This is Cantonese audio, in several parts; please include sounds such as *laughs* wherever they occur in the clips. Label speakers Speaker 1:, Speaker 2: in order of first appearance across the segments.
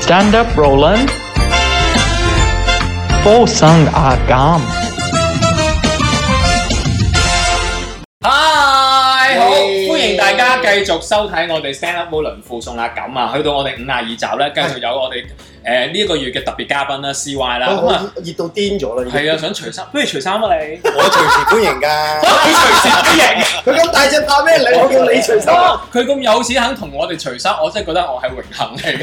Speaker 1: Stand up, Roland. Fo sung agam.
Speaker 2: 嗨，好，
Speaker 3: 耶
Speaker 2: 歡迎大家繼續收睇我哋 Stand Up 冇輪附送啦，咁啊，去到我哋五廿二集咧，繼續有我哋誒呢一個月嘅特別嘉賓啦，CY *laughs* 啦，咁啊，
Speaker 3: 我熱到癲咗啦，已經
Speaker 2: 係啊，，想除衫，不如除衫啊你，
Speaker 3: 我隨時歡迎㗎。
Speaker 2: 佢隨時歡迎，
Speaker 3: 佢咁大隻怕咩你？我叫你隨手。
Speaker 2: *laughs* 佢咁有錢肯同我哋除衫，我真係覺得我係榮幸嚟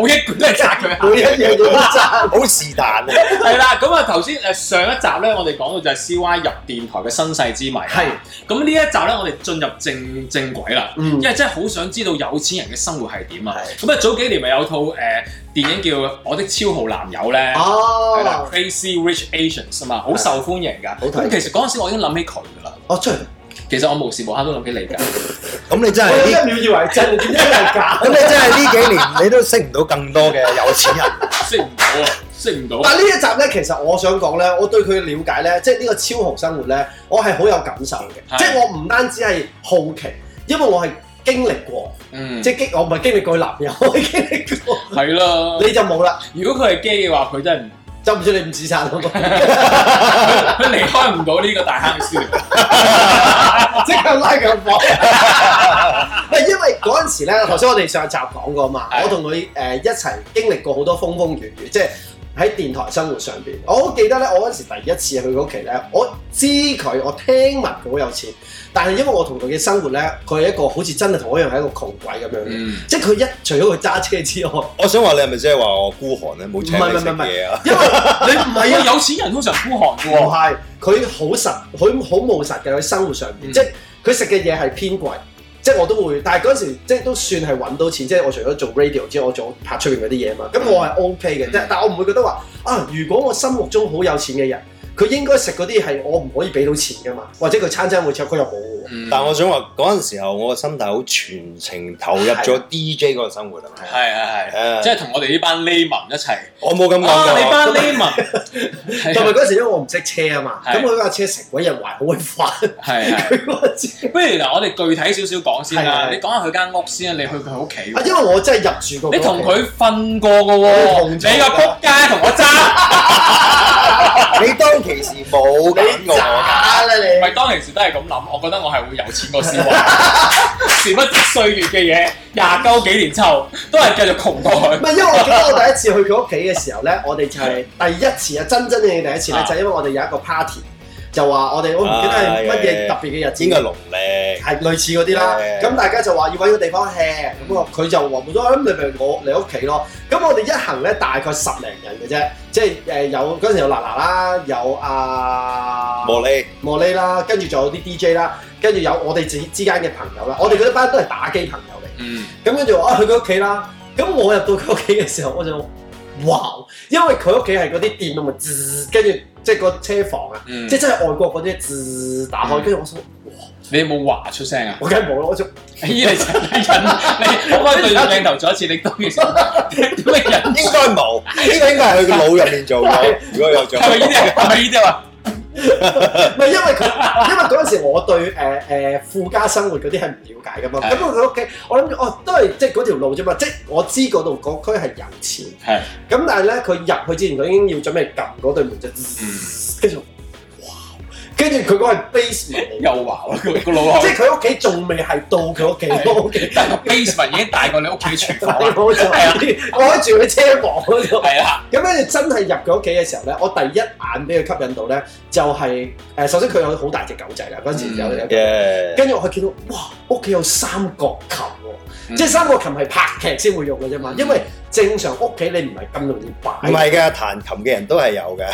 Speaker 2: 嘅，每一句都係扎佢。
Speaker 3: 每一樣嘢都爭，好是但啊！
Speaker 2: 係啦，咁啊頭先誒上一集咧，我哋講到就係 CY 入電台嘅身世之謎。啊
Speaker 3: 係，
Speaker 2: 咁呢一集咧，我哋進入正正軌啦，
Speaker 3: 嗯
Speaker 2: 因為真係好想知道有錢人嘅生活係點啊！
Speaker 3: 係
Speaker 2: 咁啊早幾年咪有套誒、呃、電影叫《我的超豪男友》咧。係啦
Speaker 3: 哦，
Speaker 2: ，Crazy Rich Asians 啊嘛，好受歡迎㗎。
Speaker 3: 好睇
Speaker 2: 咁其實嗰陣時我已經諗起佢㗎啦。
Speaker 4: 哦
Speaker 3: 我出嚟，
Speaker 2: 其實我無時無刻都諗起
Speaker 3: *laughs*
Speaker 2: 你㗎。
Speaker 3: 咁你真
Speaker 4: 我
Speaker 3: 係
Speaker 4: 一
Speaker 3: *laughs* 呢？
Speaker 4: 秒以為真，點解係 *laughs* 假？
Speaker 3: 咁你真係呢幾年你都識唔到更多嘅有錢人。
Speaker 2: 識唔到啊，識唔到啊。
Speaker 4: 但呢一集咧，其實我想講咧，我對佢嘅了解咧，即係呢個超豪生活咧，我係好有感受
Speaker 2: 係
Speaker 4: 嘅。即係我唔單止係好奇，因為我係經歷過，
Speaker 2: 嗯，哦
Speaker 4: 即係經我唔係經歷過佢男友，我係經歷過。
Speaker 2: 係啦。
Speaker 4: 你就冇啦，
Speaker 2: 如果佢係基嘅話，佢真係唔
Speaker 4: 就唔算你唔自殺咯。
Speaker 2: 佢離開唔到呢個大坑嘅
Speaker 3: *laughs*
Speaker 2: studio。
Speaker 4: *laughs* 即刻拉佢入房。唔係 *laughs* 因為嗰陣時咧，頭先我哋上集講過嘛，
Speaker 2: 係
Speaker 4: 我同佢誒一齊經歷過好多風風雨雨，即係喺電台生活上邊。我好記得咧，我嗰陣時第一次去佢屋企咧，我知佢，我聽聞佢好有錢，但係因為我同佢嘅生活咧，佢係一個好似真係同我一樣係一個窮鬼咁樣嘅。
Speaker 2: 嗯。
Speaker 4: 即係佢一除咗佢揸車之外，
Speaker 3: *laughs* 我想話你係咪即係話我孤寒咧？冇請你
Speaker 4: 唔係
Speaker 3: 食
Speaker 4: 唔係唔係
Speaker 3: 嘢啊？
Speaker 4: 因為你唔係
Speaker 2: 係
Speaker 4: 啊
Speaker 2: 啊，，有錢人通常孤寒嘅
Speaker 4: 唔
Speaker 2: 喎。
Speaker 4: 係，佢好實，佢好務實嘅喺生活上面，
Speaker 2: 嗯
Speaker 4: 即係佢食嘅嘢係偏貴，即係我都會，但係嗰陣時即係都算係揾到錢，即係我除咗做 radio 之外，我做拍出面嗰啲嘢嘛，咁我係 OK 嘅，即係
Speaker 2: 嗯
Speaker 4: 但我唔會覺得話啊，如果我心目中好有錢嘅人，佢應該食嗰啲係我唔可以俾到錢噶嘛，或者佢餐餐會唱，佢又冇喎。
Speaker 2: 嗯
Speaker 3: 但我想話嗰陣時候，我個心態好全程投入咗 DJ 嗰個生活啊。
Speaker 2: 係係係，
Speaker 3: 誒
Speaker 2: 即係同我哋呢班 layman 一齊。
Speaker 3: 我冇咁講
Speaker 2: 啊，你
Speaker 3: 過。
Speaker 2: 班 layman
Speaker 4: *laughs* 同
Speaker 2: 係
Speaker 4: 埋嗰陣時因為我唔識車啊嘛，
Speaker 2: 嗯係
Speaker 4: 咁佢架車成鬼人壞，好鬼煩。
Speaker 2: 係係。
Speaker 4: *laughs* 佢嗰陣時
Speaker 2: 不如嗱，我哋具體少少講先啦。
Speaker 4: 係係
Speaker 2: 你講下佢間屋先啊，你去佢屋企
Speaker 4: 啊，
Speaker 2: 喎。
Speaker 4: 因為我真係入住過。
Speaker 2: 你同佢瞓過嘅
Speaker 4: 我
Speaker 2: 喎，
Speaker 4: 同
Speaker 2: 你
Speaker 4: 床㗎
Speaker 2: 個仆街同我爭，
Speaker 3: 你當其時冇揀過我㗎。
Speaker 4: 打啦
Speaker 2: 唔
Speaker 4: 你。
Speaker 2: 係當其時都係咁諗，我覺得我係會有錢過 C Y。時不
Speaker 4: *laughs*
Speaker 2: 知歲月嘅嘢，廿鳩幾年之後都係繼續窮過
Speaker 4: 唔
Speaker 2: 佢。
Speaker 4: 係，因為我記得我第一次去佢屋企嘅時候咧，我哋就係第一次啊，真真正正第一次咧
Speaker 2: 啊，
Speaker 4: 就係因為我哋有一個 party，就話我哋我唔記得
Speaker 3: 啊
Speaker 4: 係乜嘢特別嘅日子，
Speaker 3: 應該農曆。
Speaker 4: 係類似嗰啲啦。
Speaker 3: 係
Speaker 4: 咁大家就話要揾個地方 hea，咁我佢就話冇咗，咁你咪我嚟屋企咯。咁我哋一行咧大概十零人嘅啫，即係誒有嗰陣時有娜娜啦，有啊
Speaker 3: 莫莉。 *laughs*
Speaker 4: 莫莉啦，跟住仲有啲 DJ 啦，跟住有我哋自己之間嘅朋友啦，我哋嗰班都係打機朋友嚟。
Speaker 2: 嗯，
Speaker 4: 咁跟住我啊去佢屋企啦，咁我入到佢屋企嘅時候，我就哇，因為佢屋企係嗰啲電動咪滋，跟住即係個車房啊，
Speaker 2: 嗯
Speaker 4: 即係真係外國嗰啲滋打開，跟住我心諗
Speaker 2: 你有冇話出聲啊？
Speaker 4: 我梗係冇啦，我就
Speaker 2: *laughs* 咦，你忍，你可唔可以對住鏡頭做一次？你當其時點解忍？
Speaker 3: 應該冇，呢個應該係佢個腦入面做嘅。如果有做，
Speaker 2: 係咪呢啲啊？係咪呢啲啊？
Speaker 4: 唔係因為
Speaker 2: *laughs*
Speaker 4: 佢，因為嗰陣時我對誒誒富家生活嗰啲係唔了解噶嘛，
Speaker 2: 係
Speaker 4: 咁佢屋企我諗住哦都係即係嗰條路啫嘛，即係我知嗰度嗰區係有錢，
Speaker 2: 係。
Speaker 4: 咁但係咧佢入去之前佢已經要準備撳嗰對門就
Speaker 2: 嗯
Speaker 4: 滋，跟住哇，跟住佢嗰個係 basement 嚟嘅。
Speaker 2: 又話啦，個個腦海
Speaker 4: 即係佢屋企仲未係到佢屋企屋企，
Speaker 2: 但哦係個 basement 已經大過你屋企廚
Speaker 4: 我
Speaker 2: 房啦。
Speaker 4: 冇錯
Speaker 2: 啊
Speaker 4: 我喺住佢車房嗰度。
Speaker 2: 係啦，
Speaker 4: 咁跟住真係入佢屋企嘅時候咧，我第一眼俾佢吸引到咧，就係、誒首先佢有好大隻狗仔啦，嗰陣時有有。
Speaker 2: 嗯
Speaker 3: 嘅。
Speaker 4: 跟住我係見到，哇！屋企有三角琴喎、
Speaker 2: 嗯
Speaker 4: 即係三角琴係拍劇先會用嘅啫嘛，因為正常屋企你唔係咁容易
Speaker 3: 唔
Speaker 4: 擺。
Speaker 3: 係㗎，彈琴嘅人都係有嘅。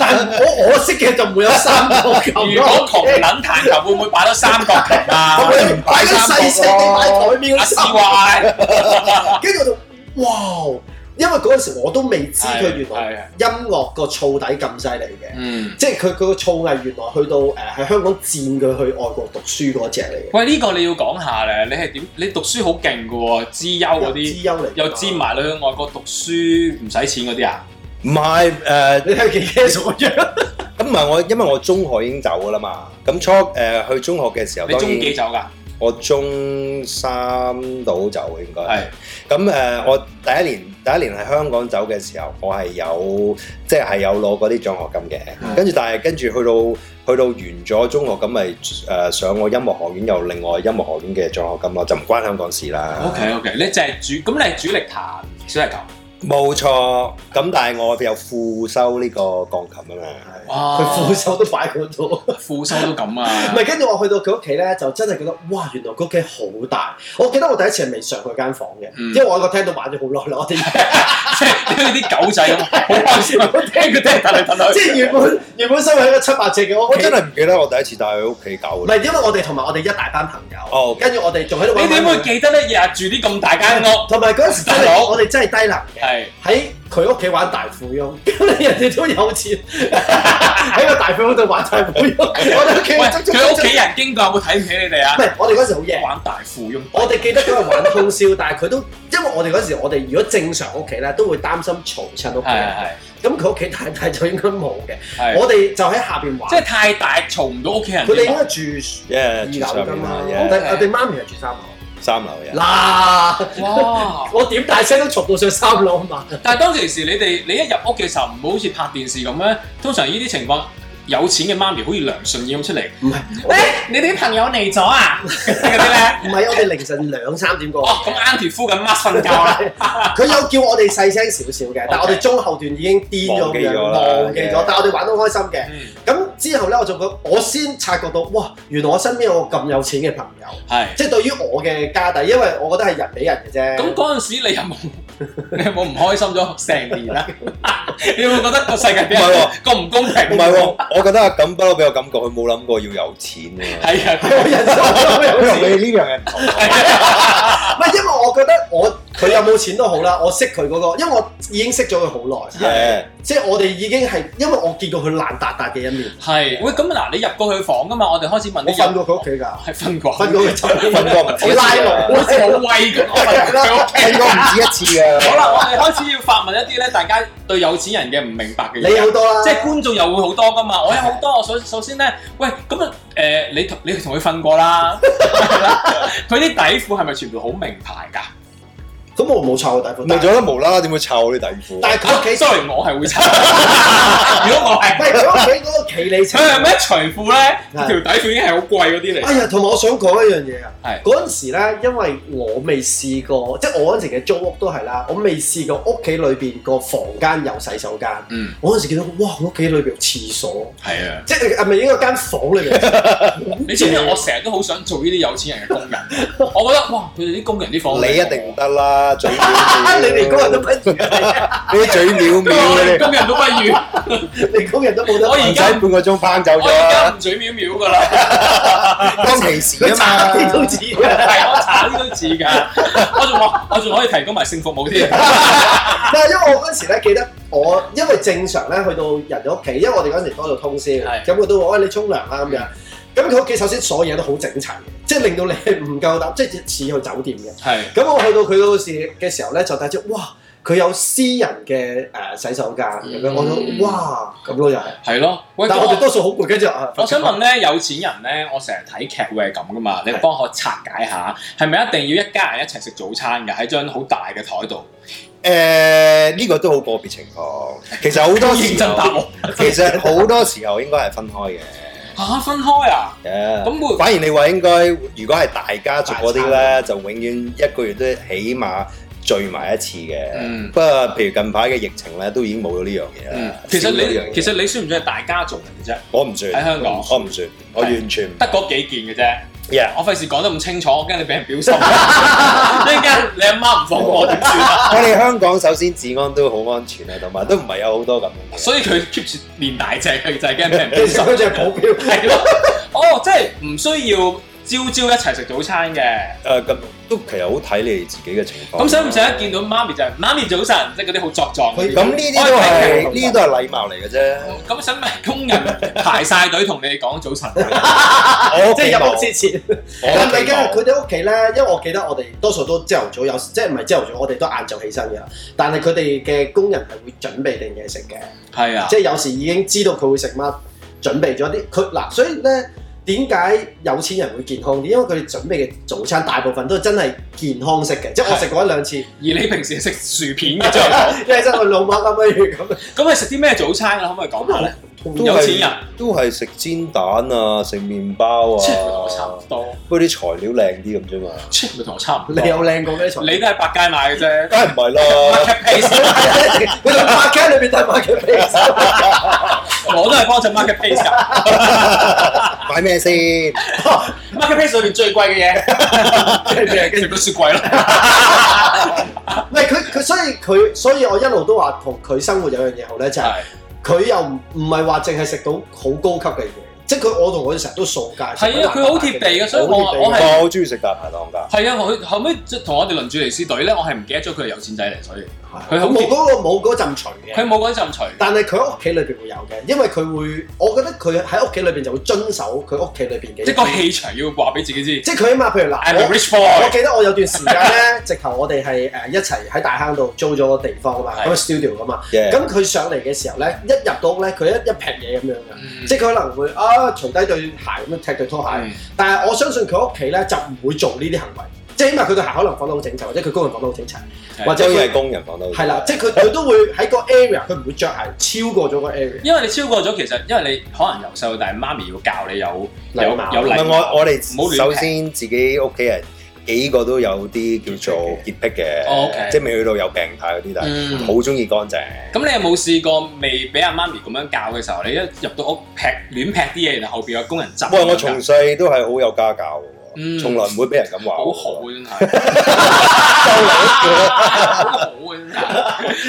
Speaker 4: 但我我識嘅就唔會有三角琴
Speaker 2: 如果窮撚彈琴，會唔會擺到三角琴啊？
Speaker 3: 咁你唔
Speaker 4: 擺
Speaker 3: 擺
Speaker 4: 咗
Speaker 3: 三
Speaker 4: 細細
Speaker 3: 角啊
Speaker 4: 地擺
Speaker 3: 咯
Speaker 4: 台面
Speaker 2: 阿
Speaker 4: 嗰
Speaker 2: 思
Speaker 4: 三角
Speaker 2: 壞，
Speaker 4: 跟住我就哇！因為嗰陣時我都未知佢原來
Speaker 2: 來
Speaker 4: 音樂個燥底咁犀利嘅，
Speaker 2: 嗯。
Speaker 4: 即係佢佢個燥藝原來去到呃誒喺、香港佔佢去外國讀書嗰只嚟嘅，
Speaker 2: 喂，呢個你要講下咧，你係點？你讀書好勁嘅喎，資優嗰啲，
Speaker 4: 資優嚟㗎，
Speaker 2: 又知埋你去外國讀書唔使錢嗰啲啊？
Speaker 3: 唔係誒，
Speaker 4: 你睇幾 casual 個
Speaker 3: *laughs*
Speaker 4: 樣，
Speaker 3: 咁唔係我，因為我中學已經走㗎啦嘛。咁初誒去中學嘅時候，
Speaker 2: 你
Speaker 3: 當
Speaker 2: 中
Speaker 3: 然
Speaker 2: 幾走㗎？
Speaker 3: 我中三到走應該
Speaker 2: 係。
Speaker 3: 咁誒、呃我第一年第一年喺香港走嘅時候，我係有即係有攞嗰啲獎學金嘅，
Speaker 4: 嗯
Speaker 3: 跟住但係跟住去到去到完咗中學咁咪誒上我音樂學院有另外音樂學院嘅獎學金咯，就唔關香港事啦。
Speaker 2: O K O K，你就係主咁，你係主力彈小提琴。
Speaker 3: 冇錯，咁但係我有副修呢個鋼琴啊嘛。
Speaker 2: 哇
Speaker 4: 佢副手都擺嗰度。
Speaker 2: 副修都咁啊
Speaker 4: *laughs* 唔！係，跟住我去到佢屋企咧，就真係覺得哇，原來佢屋企好大。我記得我第一次係未上佢間房嘅，
Speaker 2: 嗯
Speaker 4: 因為我喺個廳度玩咗好耐啦。我哋
Speaker 3: *laughs*
Speaker 2: 即係好似啲狗仔咁，好開
Speaker 4: *laughs*
Speaker 2: 心。我聽佢聽騰嚟騰
Speaker 4: 即
Speaker 2: 去。
Speaker 4: 係原本原本身喺一個七八尺嘅屋
Speaker 3: 我
Speaker 4: 企
Speaker 3: 真，係唔記得我第一次帶佢屋企搞
Speaker 4: 唔
Speaker 3: 嘅。
Speaker 4: 係因為我哋同埋我哋一大班朋友，
Speaker 3: 哦，
Speaker 4: 跟住我哋仲喺度玩
Speaker 2: 你點會
Speaker 4: 玩。
Speaker 2: 記得咧？日日住啲咁大間屋，
Speaker 4: 同埋嗰陣時真
Speaker 2: 大
Speaker 4: 係
Speaker 2: 佬
Speaker 4: 我哋真係低能嘅，
Speaker 2: 係
Speaker 4: 喺佢屋企玩大富翁，咁你人哋都有錢喺個大富翁度玩大富翁，我哋屋企
Speaker 2: 喂，
Speaker 4: 足足
Speaker 2: 佢屋企人經過有冇睇唔起你哋
Speaker 4: 唔
Speaker 2: 啊？
Speaker 4: 係我哋嗰陣時好贏。
Speaker 2: 玩大富
Speaker 4: *laughs*
Speaker 2: 翁，
Speaker 4: 我哋記得佢係玩通宵， *laughs* 但係佢都因為我哋嗰時，我哋如果正常屋企咧，都會擔心嘈親屋企
Speaker 2: 係
Speaker 4: 人。
Speaker 2: 係
Speaker 4: 咁佢屋企太大就應該冇嘅，
Speaker 2: 係，
Speaker 4: 我哋就喺下邊玩
Speaker 2: 即。係太大嘈唔到屋企人
Speaker 4: 佢哋應
Speaker 2: 啲
Speaker 4: 該住
Speaker 3: 一住
Speaker 4: 二樓
Speaker 3: 上
Speaker 4: 㗎
Speaker 3: 面
Speaker 4: 嘛，
Speaker 3: 啊，
Speaker 4: 我
Speaker 3: 一
Speaker 4: 哋我哋媽咪係住三樓。
Speaker 3: 三樓嘅。
Speaker 4: 嗱，
Speaker 2: 話。哇！
Speaker 4: 我點大聲都嘈到上三樓啊嘛！
Speaker 2: 但係當其時你哋你一入屋嘅時候，唔好好似拍電視咁咧。通常呢啲情況，有錢嘅媽咪好似梁順義咁出嚟。
Speaker 4: 唔係
Speaker 2: 誒，你哋啲朋友嚟咗
Speaker 4: *laughs*
Speaker 2: 啊？嗰啲咧。
Speaker 4: 唔係，我哋凌晨兩三點過。
Speaker 2: 哦，咁 Auntie 敷緊 mask 瞓覺
Speaker 4: 啊
Speaker 2: 啦。
Speaker 4: *laughs* 佢有叫我哋細聲少少嘅，但係我哋中後段已經癲咗咁樣，忘
Speaker 3: 忘
Speaker 4: 記
Speaker 3: 記咗啦
Speaker 4: 咗。但係我哋玩得好開心嘅。
Speaker 2: 嗯，
Speaker 4: 咁之後咧，我就覺我先察覺到，哇！原來我身邊有個咁有錢嘅朋友。
Speaker 2: 係。
Speaker 4: 即係對於我嘅家底，因為我覺得係人俾人嘅啫。
Speaker 2: 咁嗰陣時你有冇 *laughs* 你有冇唔開心咗成年啊？你有冇覺得個世界點
Speaker 3: 唔係喎
Speaker 2: 咁唔公平？
Speaker 3: 唔係喎，我覺得阿錦不嬲俾我感覺，佢冇諗過要有錢喎。
Speaker 2: 係
Speaker 4: 係 *laughs* 我
Speaker 2: 啊，
Speaker 4: 人生都
Speaker 3: 佢
Speaker 4: 有
Speaker 3: 同
Speaker 4: 錢，
Speaker 3: 你呢樣嘢唔同喎。
Speaker 4: 唔係因為我覺得我佢有冇錢都好啦，我識佢嗰、個，因為我已經識咗佢好耐，
Speaker 3: Yeah，
Speaker 4: 即係我哋已經係因為我見過佢爛達達嘅一面，
Speaker 2: 係。喂，咁嗱，你入過佢房噶嘛？我哋開始問
Speaker 4: 我
Speaker 2: 你
Speaker 4: 瞓過佢屋企㗎，
Speaker 2: 係瞓過，
Speaker 4: 瞓過佢就
Speaker 3: 瞓過唔止一次
Speaker 4: 拉
Speaker 3: 㗎
Speaker 4: 攏
Speaker 2: 好似好威咁。我瞓過
Speaker 3: *laughs*
Speaker 2: 佢屋企
Speaker 3: 瞓過唔止一次啊㗎。
Speaker 2: 好啦，我哋開始要發問一啲咧，大家對有錢人嘅唔明白嘅嘢。
Speaker 4: 你好多啦，
Speaker 2: 即係觀眾又會好多噶嘛，我有好多。我首首先咧，喂，咁啊誒，你同你同佢瞓過啦，係啦佢啲底褲係咪全部好名牌㗎？
Speaker 4: 咁我冇錯我大部
Speaker 3: 唔
Speaker 4: 分
Speaker 3: 係，仲有得無啦啦點會臭你底褲？
Speaker 4: 但係佢屋企
Speaker 2: 啊 sorry，我係會拆。 *laughs* 如果我
Speaker 4: 唔 *laughs*
Speaker 2: 係
Speaker 4: 係佢屋企嗰個企理
Speaker 2: 佢
Speaker 4: 程度
Speaker 2: 係咩除褲咧？條
Speaker 4: 係
Speaker 2: 底褲已經係好貴嗰啲嚟。
Speaker 4: 哎呀，同埋我想講一樣嘢啊
Speaker 2: 係！
Speaker 4: 嗰陣時咧，因為我未試過，即係我嗰陣時嘅租屋都係啦，我未試過屋企裏邊個房間有洗手間。
Speaker 2: 嗯，
Speaker 4: 我嗰陣時見到，哇！我屋企裏邊有廁所，
Speaker 2: 係啊！
Speaker 4: 即係係咪應該間房裏邊？
Speaker 2: *laughs* 你知唔知我成日都好想做呢啲有錢人嘅工人？我覺得哇，佢哋啲工人啲房
Speaker 3: 你一定唔得啦，嘴藐
Speaker 4: *laughs* 啊！*laughs*
Speaker 3: 藐。
Speaker 4: 你哋工人都不如啊，
Speaker 3: 你啲嘴藐
Speaker 2: 我
Speaker 3: 藐你
Speaker 2: 哋哎工人都不如，
Speaker 4: 你哋工人都冇得
Speaker 2: 我
Speaker 4: 玩。
Speaker 2: 而
Speaker 3: 唔使半個鐘翻走
Speaker 2: 我
Speaker 3: 咗
Speaker 2: 而
Speaker 3: 啦。
Speaker 2: 家唔嘴藐藐㗎啦。
Speaker 3: 當其時
Speaker 4: 佢
Speaker 3: 啊
Speaker 4: 查啲都
Speaker 3: 嘛，
Speaker 4: 知啊！
Speaker 2: 係我查呢堆字㗎，我仲話我仲可以提供埋性服務添。
Speaker 4: *laughs* 但係因為我嗰陣時咧記得我，因為正常咧去到人哋屋企，因為我哋嗰陣時多到通宵，
Speaker 2: 係
Speaker 4: 咁佢都話：喂，你沖涼啦咁樣。咁佢屋企首先所有嘢都好整齊嘅，即係令到你唔夠膽，即係似去酒店嘅。
Speaker 2: 係
Speaker 4: 咁我去到佢嗰時嘅時候咧，就睇住哇，佢有私人嘅誒、呃洗手間咁樣，我
Speaker 2: 嗯
Speaker 4: 都哇咁咯又係。
Speaker 2: 係咯，喂，
Speaker 4: 但係我哋
Speaker 2: 我
Speaker 4: 多數好攰，跟住啊，
Speaker 2: 我想問咧，有錢人咧，我成日睇劇會係咁噶嘛？你幫我拆解下，係咪一定要一家人一齊食早餐㗎？喺張好大嘅台度，
Speaker 3: 誒呢個都好個別情況。其實好多
Speaker 2: 認
Speaker 3: 時
Speaker 2: 真答
Speaker 3: 候，
Speaker 2: 我
Speaker 3: 其實好多時候應該係分開嘅。
Speaker 2: 嚇分開啊？
Speaker 3: Yeah
Speaker 2: 咁會
Speaker 3: 反而你話應該，如果係大家族嗰啲咧，就永遠一個月都起碼聚埋一次嘅。
Speaker 2: 嗯
Speaker 3: 不過譬如近排嘅疫情咧，都已經冇咗呢樣嘢
Speaker 2: 嗯
Speaker 3: 啦。，
Speaker 2: 其實
Speaker 3: 少咗呢樣
Speaker 2: 你
Speaker 3: 嘢
Speaker 2: 其實你算唔算係大家族嚟嘅啫？
Speaker 3: 我唔算
Speaker 2: 喺香港
Speaker 3: 我唔算，我完全唔
Speaker 2: 得嗰幾件嘅啫。
Speaker 3: Yeah
Speaker 2: 我費事講得咁清楚，我驚你俾人表心。一陣間你阿媽唔放過我點算啊？
Speaker 3: 我哋香港首先治安都好安全啊，同埋都唔係有好多咁樣嘅。
Speaker 2: 所以佢 keep 住練大隻，佢就係驚俾人
Speaker 4: *laughs* 其
Speaker 2: 表
Speaker 4: 實
Speaker 2: 心。
Speaker 4: *laughs* 佢就係保鏢，
Speaker 2: 係咯，哦，即係唔需要朝朝一齊食早餐嘅。
Speaker 3: 誒呃咁都其實好睇你哋自己嘅情況。
Speaker 2: 咁使唔使一見到媽咪就係媽咪早晨，即係嗰啲好作狀嗰
Speaker 3: 咁
Speaker 2: 啲？
Speaker 3: 呢啲都係呢啲都係禮貌嚟嘅啫。
Speaker 2: 咁使唔使工人排晒隊同你講早 *laughs* 晨？啊
Speaker 3: 我
Speaker 4: 即係入屋之前。但係
Speaker 3: 嘅
Speaker 4: 嘅，佢哋屋企咧，因為我記得我哋多數都朝頭早有，即係唔係朝頭早，我哋都晏晝起身㗎。但係佢哋嘅工人係會準備定嘢食嘅，
Speaker 2: 係啊
Speaker 4: 即，係有時已經知道佢會食乜，準備咗啲佢嗱，所以咧點解有錢人會健康啲？因為佢哋準備嘅早餐大部分都係真係健康式嘅，即係我食過一兩次，
Speaker 2: 而你平時食薯片嘅 *laughs* 最好，
Speaker 4: 即係真係老媽咁樣咁。
Speaker 2: 咁你食啲咩早餐啊？可唔可以講下咧？
Speaker 3: 都
Speaker 2: 有
Speaker 3: 係
Speaker 2: 錢人
Speaker 3: 都係食煎蛋啊，食麵包
Speaker 2: 即係同我差
Speaker 3: 啊
Speaker 2: 唔，多，
Speaker 3: 不過啲材料靚啲咁啫
Speaker 2: *laughs*
Speaker 3: 嘛，
Speaker 2: 即係咪同我差唔多？
Speaker 4: 你有靚過咩材料？
Speaker 2: 你都係百佳買嘅啫
Speaker 3: 梗係唔係啦，
Speaker 2: *laughs* ，market 啊 pace，
Speaker 4: 你同百佳裏邊大百佳比
Speaker 2: 我都係幫襯 market pace 㗎。
Speaker 3: 買咩先？
Speaker 2: *laughs* market pace 裏邊最貴嘅嘢，
Speaker 4: 跟住
Speaker 2: *laughs* 食到雪櫃咯。
Speaker 4: 唔係佢佢，所以佢所以我一路都話同佢生活有樣嘢好咧，就係
Speaker 2: 係
Speaker 4: 佢又唔唔係話淨係食到好高級嘅嘢，即係佢我同佢成日都掃街。
Speaker 2: 係啊，佢好貼地嘅，所以我話我
Speaker 4: 好貼地
Speaker 2: 係
Speaker 3: 我好中意食大排檔㗎。
Speaker 2: 係啊，我後尾即係同我哋輪住嚟試隊咧，我係唔記得咗佢係有錢仔嚟，所以
Speaker 4: 佢
Speaker 2: 佢好貼
Speaker 4: 冇嗰個冇嗰陣除
Speaker 2: 佢
Speaker 4: 嘅，
Speaker 2: 冇嗰 *laughs* 陣除。
Speaker 4: 但係佢喺屋企裏邊會有嘅，因為佢會，我覺得佢喺屋企裏邊就會遵守佢屋企裏邊嘅，
Speaker 2: 即係個氣場要話俾自己知
Speaker 4: 即係佢起碼譬如
Speaker 2: ，I'm a
Speaker 4: 嗱，
Speaker 2: rich
Speaker 4: 我我
Speaker 2: boy。
Speaker 4: 記得我有段時間咧，直頭我哋係呃誒一齊喺大坑度租咗個地方啊嘛，
Speaker 2: 係
Speaker 4: 嗰個 studio 噶嘛。
Speaker 3: Yeah
Speaker 4: 咁佢上嚟嘅時候咧，一入到屋咧，佢一一劈嘢咁樣
Speaker 2: 嗯
Speaker 4: 嘅，即係佢可能會啊除低對鞋咁樣踢對拖鞋，
Speaker 2: 係
Speaker 4: 但係我相信佢屋企咧就唔會做呢啲行為，即係起碼佢對鞋可能放得好整齊，或者佢工人放得好整齊，或者
Speaker 3: 真係
Speaker 4: 佢
Speaker 3: 工人講得好
Speaker 4: 係啦，即係佢佢都會喺個 area，佢唔會着鞋超過咗個 area，
Speaker 2: 因為你超過咗，其實因為你可能由細到大，媽咪要教你有有
Speaker 4: 禮貌
Speaker 2: 有
Speaker 3: 唔係
Speaker 2: 禮貌。
Speaker 3: 我我
Speaker 2: 唔好亂
Speaker 3: 哋
Speaker 2: 劈
Speaker 3: 首先自己屋企人幾個都有啲叫做潔癖嘅，
Speaker 2: 哦，OK
Speaker 3: 即係未去到有病態嗰啲，但
Speaker 2: 嗯
Speaker 3: 係好中意乾淨。
Speaker 2: 咁你有冇試過未俾阿媽咪咁樣教嘅時候，你一入到屋劈亂劈啲嘢，然後後邊有工人執？
Speaker 3: 喂，我從細都係好有家教嘅
Speaker 2: 嗯
Speaker 3: 喎，從來唔會俾人咁話。
Speaker 2: 好好啊，真係好好啊，真係好吸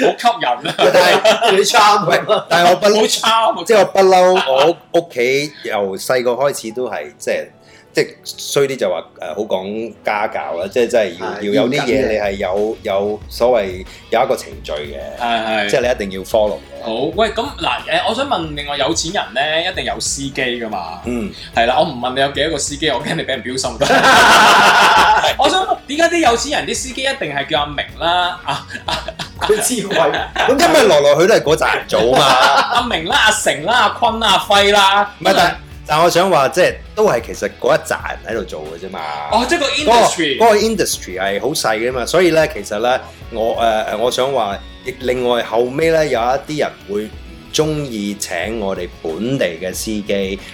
Speaker 2: 引啊！
Speaker 3: *laughs* 但係
Speaker 4: 你差唔 *laughs*
Speaker 3: 喂
Speaker 4: 多，
Speaker 3: 但係我不
Speaker 2: 好
Speaker 3: 嬲，
Speaker 2: 差啊！
Speaker 3: 即係我不嬲，我屋屋企由細個開始都係即係。即係衰啲就話誒好講家教啦，即係真係要
Speaker 4: 係
Speaker 3: 要有啲啊
Speaker 4: 嚴謹嘅
Speaker 3: 嘢你係有有所謂有一個程序嘅，
Speaker 2: 係
Speaker 3: 即
Speaker 2: 係
Speaker 3: 係你一定要 follow 嘅。
Speaker 2: 好喂，咁嗱誒，我想問另外有錢人咧，一定有司機噶嘛？
Speaker 3: 嗯。
Speaker 2: 係啦，我唔問你有幾多個司機，我驚你俾人標 *laughs* 心。我想問點解啲有錢人啲司機一定係叫阿明啦、啊阿
Speaker 4: 佢智慧， *laughs* 咁
Speaker 3: 因為來來去都係嗰扎人做啊嘛。
Speaker 2: 阿明啦、阿成啦、阿坤啦、阿輝啦，啊
Speaker 3: 唔係，但但我想話，即係都係其實嗰一扎人喺度做嘅啫嘛。
Speaker 2: 哦，即係個
Speaker 3: 嗰個
Speaker 2: industry
Speaker 3: 嗰個 industry 係好細嘅嘛，所以咧其實咧，我誒誒、呃我想話，亦另外後尾咧有一啲人會唔中意請我哋本地嘅司機，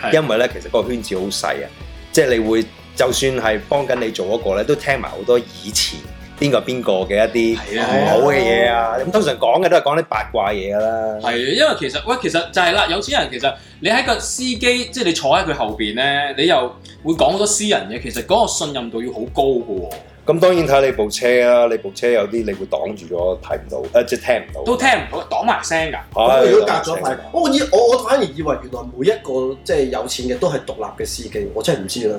Speaker 2: 係
Speaker 3: 因為咧其實嗰個圈子好細啊，即係你會就算係幫緊你做嗰、個咧，都聽埋好多以前邊個邊個嘅一啲
Speaker 2: 係
Speaker 3: 唔
Speaker 2: 啊
Speaker 3: 好嘅嘢啊。咁通常講嘅都係講啲八卦嘢㗎啦。
Speaker 2: 係，啊因為其實喂，其實就係啦，有錢人其實你喺個司機，即係你坐喺佢後邊咧，你又會講好多私人嘢，其實嗰個信任度要好高嘅喎，
Speaker 3: 咁當然睇你部車啦，你部車有啲你會擋住咗，睇唔到，誒即係聽唔
Speaker 2: 都
Speaker 3: 到。
Speaker 2: 聽唔到，擋埋聲㗎。
Speaker 4: 咁
Speaker 3: 係
Speaker 4: 如果隔咗塊
Speaker 3: 聽唔，到
Speaker 4: 我以我我反而以為原來每一個即係有錢嘅都係獨立嘅司機，我真係唔知啦。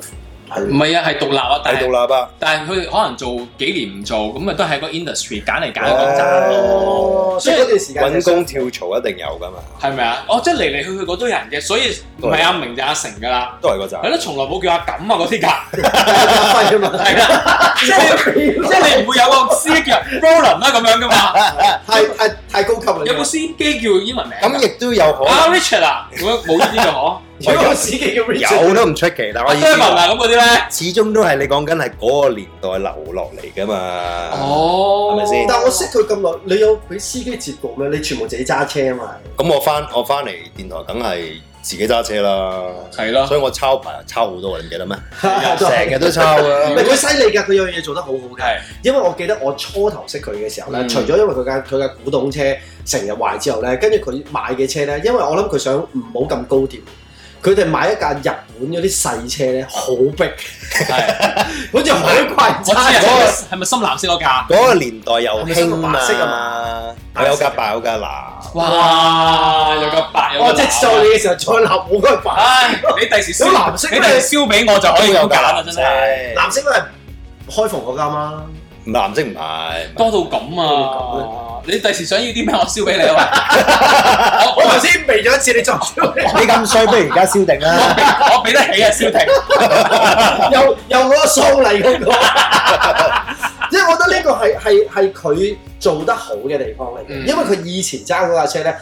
Speaker 2: 唔
Speaker 4: 係
Speaker 2: 係啊，係獨立啊，但
Speaker 3: 睇到
Speaker 2: 係
Speaker 3: 喇叭，
Speaker 2: 但係佢可能做幾年唔做，咁啊都係個 industry 揀嚟揀去
Speaker 3: 哦
Speaker 2: 嗰扎咯，
Speaker 4: 哦，所以嗰段時間
Speaker 3: 揾工跳槽一定有㗎嘛，
Speaker 2: 係咪啊？哦，即係嚟嚟去去嗰堆人嘅，所以唔係阿明就阿成㗎啦。
Speaker 3: 都係嗰扎
Speaker 2: 係。咯，從來冇叫阿錦啊嗰啲㗎，
Speaker 4: 費啊嘛，
Speaker 2: 係啦，即係你即係你唔會有個司機叫 Roland 啦咁樣㗎嘛，
Speaker 4: 太太太高級啦。
Speaker 2: 有冇司機叫英文名㗎？
Speaker 3: 咁亦都有可
Speaker 2: 啊
Speaker 3: 能
Speaker 2: Richard 啊，咁樣冇呢啲嘅嗬，
Speaker 4: 如果有司機叫 Richard，
Speaker 3: 有都唔出奇，但
Speaker 2: 阿
Speaker 3: 係我
Speaker 2: d
Speaker 3: 意
Speaker 2: e v
Speaker 3: 思
Speaker 2: i 啊咁嗰啲咧，
Speaker 3: 始終都係你講緊係嗰個年代留落嚟㗎嘛。
Speaker 2: 哦
Speaker 3: 係咪先
Speaker 4: 但我識佢咁耐，你有俾司機接過咩？你全部自己揸車啊嘛。
Speaker 3: 咁我翻我翻嚟電台，梗係自己揸車啦。
Speaker 2: 係咯，
Speaker 3: 所以我抄牌抄好多，你唔記得咩？成
Speaker 4: 成
Speaker 3: 日都抄
Speaker 4: 啊 *laughs*
Speaker 3: 啊
Speaker 4: 唔
Speaker 3: 㗎。
Speaker 4: 係佢犀利㗎，佢有樣嘢做得好好嘅。
Speaker 2: 係
Speaker 4: 因為我記得我初頭識佢嘅時候咧，
Speaker 2: 嗯
Speaker 4: 除咗因為佢架佢架古董車成日壞之後咧，跟住佢買嘅車咧，因為我諗佢想唔好咁高調，佢哋買一架日本嗰啲細車咧，好逼，
Speaker 2: 係，
Speaker 4: *laughs* 好似海怪
Speaker 2: 我知啊，
Speaker 4: 揸
Speaker 2: 係咪
Speaker 4: 咗。
Speaker 2: 係咪深藍色嗰架？
Speaker 3: 嗰個年代又
Speaker 4: 係咪
Speaker 3: 興
Speaker 4: 白色啊
Speaker 3: 嘛，我有架白，有架藍。
Speaker 2: 哇，有個白有個啊
Speaker 4: 我即係做
Speaker 2: 藍，
Speaker 4: 你嘅時候再立我嗰個白，
Speaker 2: 唉，你第時
Speaker 4: 有
Speaker 2: 燒
Speaker 4: 藍色，
Speaker 2: 你第時燒俾我就可以咁揀啊啦，真係
Speaker 4: 藍色都係開房嗰間啦。
Speaker 3: 藍色唔係，
Speaker 2: 多到咁
Speaker 4: 多
Speaker 2: 啊！你第時想要啲咩，我燒俾你 *laughs* 啊！
Speaker 4: 我頭先避咗一次，你再唔知
Speaker 3: 你咁衰，不如而家燒定啦。
Speaker 2: 我俾得起啊，燒停
Speaker 4: *laughs* 又又攞個數嚟 *laughs* 嗰個，即係我覺得呢個係係係佢做得好嘅地方嚟嘅，
Speaker 2: 嗯
Speaker 4: 因為佢以前揸嗰架車咧，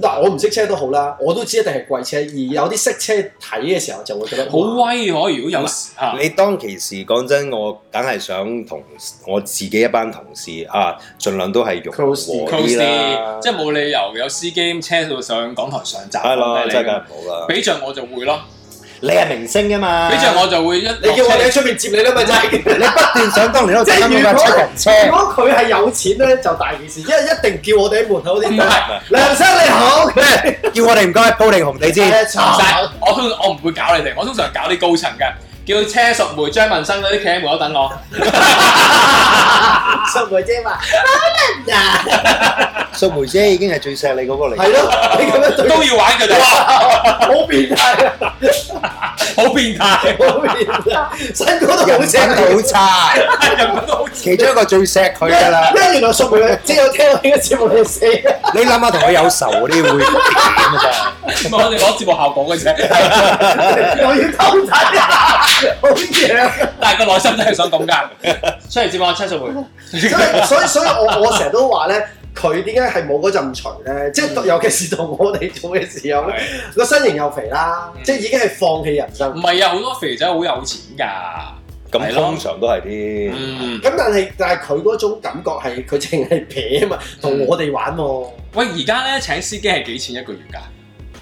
Speaker 4: 嗱，我唔識車都好啦，我都知一定係貴車，而有啲識車睇嘅時候就會覺得
Speaker 2: 好
Speaker 4: 哇
Speaker 2: 威可以如果有嚇，
Speaker 3: 你當其時講真，我梗係想同我自己一班同事啊，盡量都係融和
Speaker 4: Close 啲
Speaker 3: 啲
Speaker 2: close
Speaker 3: 啦
Speaker 2: 啲，，即係冇理由有司機車到上港台上集
Speaker 3: 係咯，
Speaker 2: 放低
Speaker 3: 真
Speaker 2: 你
Speaker 3: 係
Speaker 2: 㗎
Speaker 3: 梗係唔好啦。
Speaker 2: 俾着我就會咯，
Speaker 3: 你係明星啊嘛，
Speaker 2: 俾着我就會一
Speaker 4: 你叫我哋喺出面接你啦，咪就係。
Speaker 3: 你不斷想當年
Speaker 4: *laughs*
Speaker 3: 都
Speaker 4: 即
Speaker 3: 揸
Speaker 4: 係
Speaker 3: 緊
Speaker 4: 如
Speaker 3: 架
Speaker 4: 果
Speaker 3: 七
Speaker 2: *laughs*
Speaker 3: 人車，
Speaker 4: 如果佢係有錢咧，就大件事，因為一定叫我哋喺門口
Speaker 2: 唔
Speaker 4: 啲
Speaker 2: 係
Speaker 4: 梁生你好，咩？ *laughs*
Speaker 3: 叫我哋唔該鋪定紅地氈，
Speaker 2: 唔使，我通我唔會搞你哋，我通常搞啲高層嘅，叫車淑梅、張文生嗰啲企喺門口等我。
Speaker 4: 收佢啫嘛，啊！
Speaker 3: 淑梅姐已經係最錫你嗰個嚟。
Speaker 4: 係咯，你咁樣對
Speaker 2: *laughs* 都要玩佢哋，哇，
Speaker 4: 好變態啊，
Speaker 2: *laughs* 好變 *laughs* 態，
Speaker 4: 好變 *laughs* 態，身高都好啊
Speaker 3: 人生
Speaker 4: 正。
Speaker 3: 好差，
Speaker 2: *laughs* 人品都好似
Speaker 3: 其中一個最錫佢㗎啦。
Speaker 4: 咩？原來淑梅姐有聽我呢個節目，你死啊！
Speaker 3: 你諗下同佢有仇嗰啲會點啊？真係
Speaker 2: 唔係我哋攞節目效果嘅 *laughs* 啫，
Speaker 4: 我要偷睇啊！好嘢
Speaker 3: *laughs*
Speaker 4: 啊！
Speaker 2: 但係個內心真係想咁㗎。出嚟節目，車淑梅，
Speaker 4: 所以所以所以我我成日都話咧，佢點解係冇嗰陣除咧？即
Speaker 3: 嗯
Speaker 4: 係尤其是同我哋做嘅時候咧，個身形又肥啦，
Speaker 2: 嗯
Speaker 4: 即係已經係放棄人生。
Speaker 2: 唔
Speaker 4: 咁
Speaker 2: 係啊，好多肥仔好有錢㗎，
Speaker 3: 咁通常都係啲。
Speaker 2: 嗯。
Speaker 4: 但係但係佢嗰種感覺係佢淨係撇啊嘛，
Speaker 3: 嗯
Speaker 4: 同我哋玩喎。
Speaker 2: 喂，而家咧請司機係幾錢一個月㗎？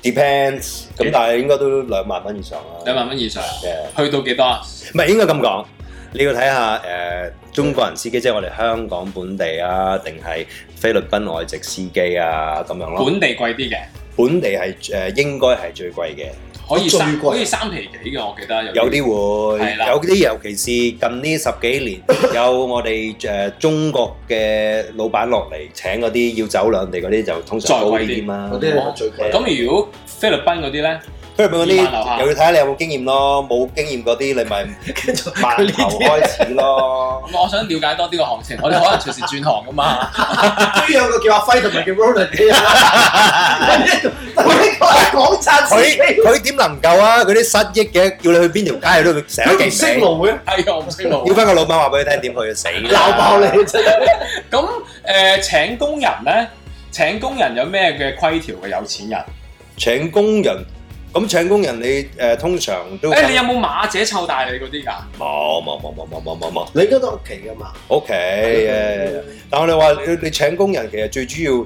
Speaker 3: depends，咁但係應該都兩萬蚊以上啦。
Speaker 2: 兩萬蚊以上，
Speaker 3: 嘅，
Speaker 2: 去到幾多啊？
Speaker 3: 唔係應該咁講，你要睇下誒、呃中國人司機，即係我哋香港本地啊，定係菲律賓外籍司機啊咁樣咯。
Speaker 2: 本地貴啲嘅，
Speaker 3: 本地係誒、呃、應該係最貴嘅，
Speaker 2: 可以
Speaker 4: 最
Speaker 2: 三
Speaker 4: 貴
Speaker 2: 可以三皮幾嘅，我記得
Speaker 3: 有啲會，
Speaker 2: 係啦
Speaker 3: 有啲尤其是
Speaker 2: *laughs*
Speaker 3: 近呢十幾年有我哋誒、呃中國嘅老闆落嚟請嗰啲要走兩地嗰啲，就通常
Speaker 2: 再
Speaker 3: 高
Speaker 2: 貴
Speaker 3: 啲
Speaker 2: 啲
Speaker 3: 添啦。
Speaker 4: 嗰啲係最貴。
Speaker 2: 咁如果菲律賓嗰啲咧，
Speaker 3: 菲律賓嗰
Speaker 2: 二萬樓下
Speaker 3: 啲又要睇下你有冇經驗咯，冇經驗嗰啲
Speaker 2: *laughs*
Speaker 3: 你咪
Speaker 4: 跟住
Speaker 3: 慢
Speaker 4: 佢呢
Speaker 3: 頭
Speaker 4: 啲
Speaker 3: 開始咯。
Speaker 2: 咁我想了解多啲個行情，我哋可能隨時轉行㗎嘛。 *laughs*
Speaker 4: 都有個叫阿輝同埋叫 Roland 嘅人，*laughs*
Speaker 3: *laughs*
Speaker 4: 一個一個係講贊司
Speaker 3: 佢 *laughs*
Speaker 4: 機，
Speaker 3: 佢點能夠啊？佢啲失憶嘅，叫你去邊條街佢都成日
Speaker 4: 佢唔
Speaker 3: 記
Speaker 4: 識
Speaker 3: 唔
Speaker 4: 路嘅，
Speaker 2: 係啊，我唔識路
Speaker 3: 起。要。翻個老闆話俾佢聽點去，死啦！
Speaker 4: 鬧爆你真係。
Speaker 2: 咁誒、呃、請工人咧，請工人有咩嘅規條嘅有錢人？
Speaker 3: 請工人，咁請工人你誒通常都
Speaker 2: 誒、你有冇馬姐湊大你嗰啲㗎？
Speaker 3: 冇冇冇冇冇冇冇冇
Speaker 4: 你應該都屋企㗎嘛？
Speaker 3: ，OK ờ. 誒。但係我哋話你你請工人其實最主要，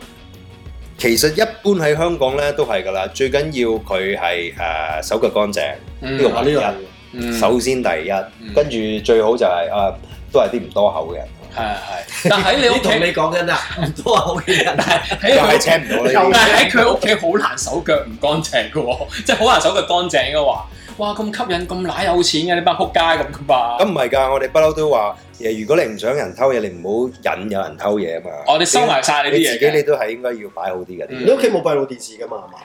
Speaker 3: 其實一般喺香港咧都係㗎啦，最緊要佢係誒手腳乾淨。
Speaker 2: 嗯
Speaker 3: 呢個
Speaker 4: 啊呢個。
Speaker 2: 嗯
Speaker 3: 首先第一，跟住最好就係、啊，都係啲唔多口嘅人，
Speaker 2: 係係，但喺你屋
Speaker 4: 呢
Speaker 2: 企
Speaker 4: 同，你講緊啊，唔多口嘅人。
Speaker 2: 喺
Speaker 3: 又係
Speaker 2: 佢
Speaker 3: 請唔到你
Speaker 2: 但
Speaker 3: 啲。
Speaker 2: 係喺佢屋企好難手腳唔乾淨嘅喎，即係好難手腳乾淨嘅話，哇咁吸引咁乸有錢嘅呢班撲街咁㗎嘛？
Speaker 3: 咁唔係㗎，我哋不嬲都話誒，如果你唔想人偷嘢，你唔好引有人偷嘢啊嘛。
Speaker 2: 我哋收埋晒你
Speaker 3: 你
Speaker 2: 啲
Speaker 3: 自
Speaker 2: 嘢
Speaker 3: 己你
Speaker 2: 嘅。
Speaker 3: 都係應該要擺好啲嘅。
Speaker 2: 嗯
Speaker 4: *laughs* 你屋企冇閉路電視㗎嘛？係嘛？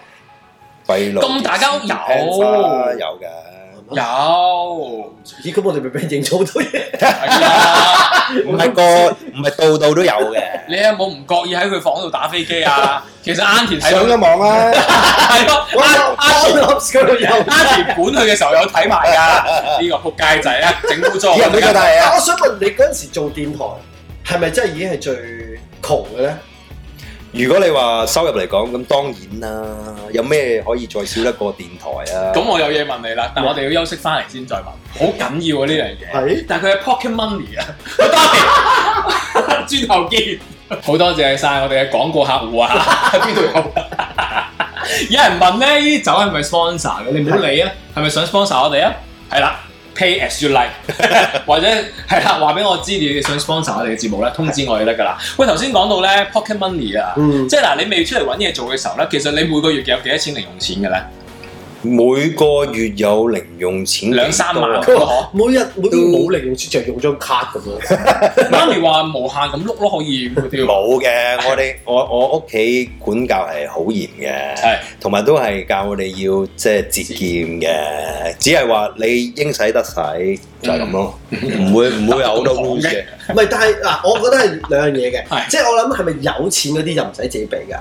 Speaker 3: 閉路
Speaker 2: 咁大家有
Speaker 3: depends 啦有㗎。
Speaker 4: 係 *laughs* 嘛
Speaker 2: 有，
Speaker 4: 咦？咁我哋咪俾人影咗好多 *laughs* 嘢。
Speaker 2: 係啊！
Speaker 3: 唔係個唔係度度都有嘅。
Speaker 2: 你有冇唔覺意喺佢房度打飛機啊？其實 Auntie 睇到
Speaker 3: 上
Speaker 2: *laughs*
Speaker 3: 咗網啦，
Speaker 2: 係咯
Speaker 4: 我
Speaker 2: ，Auntie
Speaker 4: 有 Ops 嗰度有。
Speaker 2: Auntie 管佢嘅時候有睇埋㗎，呢個仆街仔啊，整污糟我
Speaker 3: 啲人
Speaker 2: 哋
Speaker 3: 都覺得
Speaker 2: 間
Speaker 3: 係啊。
Speaker 4: 但我想問你嗰陣時做電台，係咪真係已經係最窮嘅咧？
Speaker 3: 如果你話收入嚟講，咁當然啦，有咩可以再少得過電台啊？
Speaker 2: 咁我有嘢問你啦，但我哋要休息翻嚟先再問，好緊要啊呢樣嘢。
Speaker 4: 係
Speaker 2: 但係佢係 pocket money 啊， *laughs* 多謝，轉頭見。好多謝晒我哋嘅廣告客戶 *laughs* 啊，喺邊度有？有人問咧，呢啲酒係咪 sponsor 嘅？你唔好理啊，係咪想 sponsor 我哋啊？係啦，pay as you like，或者 *laughs* 係啦，話俾我知你哋想 sponsor 我哋嘅節目咧，通知我哋得㗎啦。喂，頭先講到咧 pocket money 啊，
Speaker 4: 嗯，
Speaker 2: 即係嗱，你未出嚟揾嘢做嘅時候咧，其實你每個月有幾多錢零用錢 *laughs* 嘅咧？
Speaker 3: 每個月有零用錢
Speaker 2: 兩三萬
Speaker 3: 幾
Speaker 2: 咯，
Speaker 3: 多啊
Speaker 2: 嗬
Speaker 4: 每日每冇零用錢就用張卡咁 *laughs* 樣。
Speaker 2: 媽咪話無限咁碌咯，可以嗰 *laughs* 啲
Speaker 3: 冇嘅，我哋我我屋企管教係好嚴嘅，
Speaker 2: 係
Speaker 3: 同埋都係教我哋要即係節儉嘅，只係話你應使得使就係咁咯，唔會唔會有好多 rules
Speaker 2: *laughs*
Speaker 3: 嘅。
Speaker 4: 唔係，但係嗱，我覺得係兩樣嘢嘅，
Speaker 2: 係
Speaker 4: 即係我諗係咪有錢嗰啲就唔使自己俾㗎？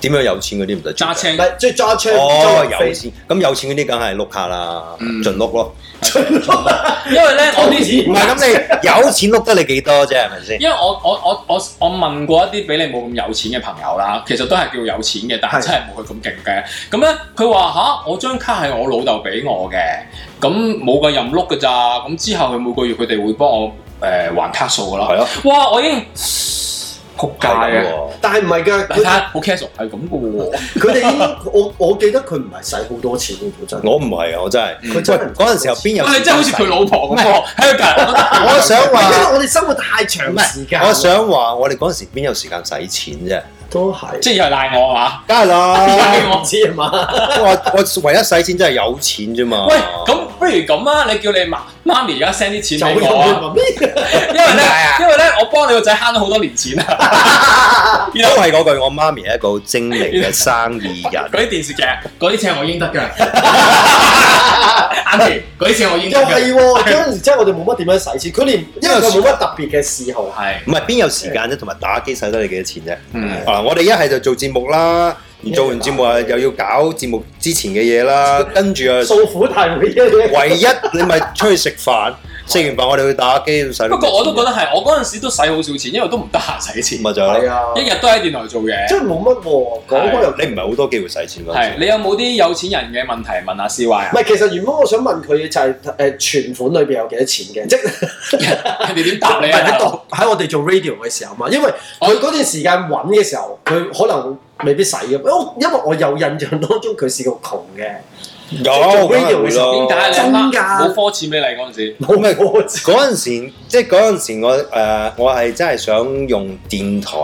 Speaker 3: 點樣有錢嗰啲唔使做
Speaker 2: 揸車
Speaker 4: 唔係，即係揸車
Speaker 3: 哦，
Speaker 4: 揸
Speaker 3: 有錢咁有錢嗰啲梗係碌下啦，
Speaker 2: 嗯
Speaker 3: 盡碌咯，
Speaker 2: 因為咧我啲
Speaker 3: 唔係咁，你有錢碌得你幾多啫？係咪
Speaker 2: *laughs*
Speaker 3: 先？
Speaker 2: 因為我我我我我問過一啲比你冇咁有錢嘅朋友啦，其實都係叫有錢嘅，但係
Speaker 4: 係
Speaker 2: 真係冇佢咁勁嘅。咁咧佢話吓，我張卡係我老豆俾我嘅，咁冇個任碌嘅咋，咁之後佢每個月佢哋會幫我誒、呃、還卡數噶啦。
Speaker 3: 係咯，
Speaker 2: 哇！我已經撲街
Speaker 3: 係啊咁
Speaker 2: 嘅，
Speaker 3: 喎。
Speaker 4: 但係唔係㗎，
Speaker 2: 嗱睇
Speaker 4: 佢
Speaker 2: 下好 casual 係咁嘅喎。
Speaker 4: 佢哋應該我 *laughs* 我記得佢唔係使好多錢嘅，本身
Speaker 3: 我唔係啊，我真係。
Speaker 4: 佢
Speaker 3: 喂
Speaker 4: 真嗯係，
Speaker 3: 嗰陣時候邊有
Speaker 2: 哇！
Speaker 3: 錢
Speaker 2: 你真係好似佢
Speaker 3: 使
Speaker 2: 老婆咁喎，喺佢隔離。
Speaker 3: 我想 *laughs*
Speaker 4: 因
Speaker 3: 話，
Speaker 4: 為我哋生活太長時間，
Speaker 3: 我想話，我哋嗰陣時邊有時間使錢啫？
Speaker 4: 都係
Speaker 2: 即係又係賴我係啊嘛？
Speaker 3: 梗係啦，
Speaker 2: 賴我
Speaker 4: 唔。知啊嘛，
Speaker 3: 我我唯一使錢真係有錢啫嘛。
Speaker 2: 喂，咁不如咁啊！你叫你媽媽咪而家 send 啲錢
Speaker 4: 就用
Speaker 2: 俾我啊！
Speaker 4: 呢個
Speaker 2: 因為
Speaker 3: 點
Speaker 2: 咧
Speaker 3: 解啊，
Speaker 2: 因為咧，我幫你個仔慳咗好多年錢啊！然
Speaker 3: 都
Speaker 2: 後
Speaker 3: 係嗰句，我媽咪係一個好精明嘅生意
Speaker 2: *laughs*
Speaker 3: 人。
Speaker 2: 嗰啲電視劇，嗰啲錢係我應得嘅。阿田，嗰啲錢我應
Speaker 4: 又
Speaker 2: 得嘅。
Speaker 4: 係喎，嗰陣時真係我哋冇乜點樣使錢，佢連因為佢冇乜特別嘅嗜好，
Speaker 2: 係，
Speaker 3: 唔係邊有時間啫，同埋打機使得你幾多錢啫？啊
Speaker 2: 嗯，
Speaker 3: 嗱，我哋一係就做節目啦，而做完節目啊又要搞節目之前嘅嘢啦，跟住啊，
Speaker 4: 訴苦大會嘅
Speaker 3: *laughs*
Speaker 4: 嘢。
Speaker 3: 唯一你咪出去食飯，食完飯我哋去打機，使
Speaker 2: 不過我都覺得係，我嗰陣時都使好少錢，因為都唔得閒使錢，
Speaker 3: 咪就係
Speaker 4: 係
Speaker 3: 咯，
Speaker 4: 啊，
Speaker 2: 一日都喺電台做嘢。
Speaker 4: 真係冇乜喎，講開又
Speaker 3: 你唔係好多機會使錢嗰陣
Speaker 2: 係，
Speaker 3: 時
Speaker 2: 你有冇啲有錢人嘅問題問下 C Y 啊
Speaker 4: *laughs* 唔？係，其實原本我想問佢嘅就係、誒、存款裏邊有幾多錢嘅，即係
Speaker 2: 人哋點答你
Speaker 4: 喺
Speaker 2: 啊？
Speaker 4: 度喺我哋做 radio 嘅時候嘛，因為佢嗰段時間揾嘅時候，佢可能未必使嘅，因為因為我有印象當中佢試過窮嘅，
Speaker 3: 有
Speaker 4: 做
Speaker 3: 梗
Speaker 4: radio
Speaker 3: 係
Speaker 4: 嘅
Speaker 3: 會
Speaker 4: 時候
Speaker 2: 點
Speaker 3: 咯。
Speaker 2: 解你阿媽
Speaker 4: 真㗎
Speaker 2: 冇科錢俾你嗰陣時？
Speaker 4: 冇
Speaker 3: 咩
Speaker 4: 我知
Speaker 3: 嗰陣時，即係嗰陣時我，誒、我係真係想用電台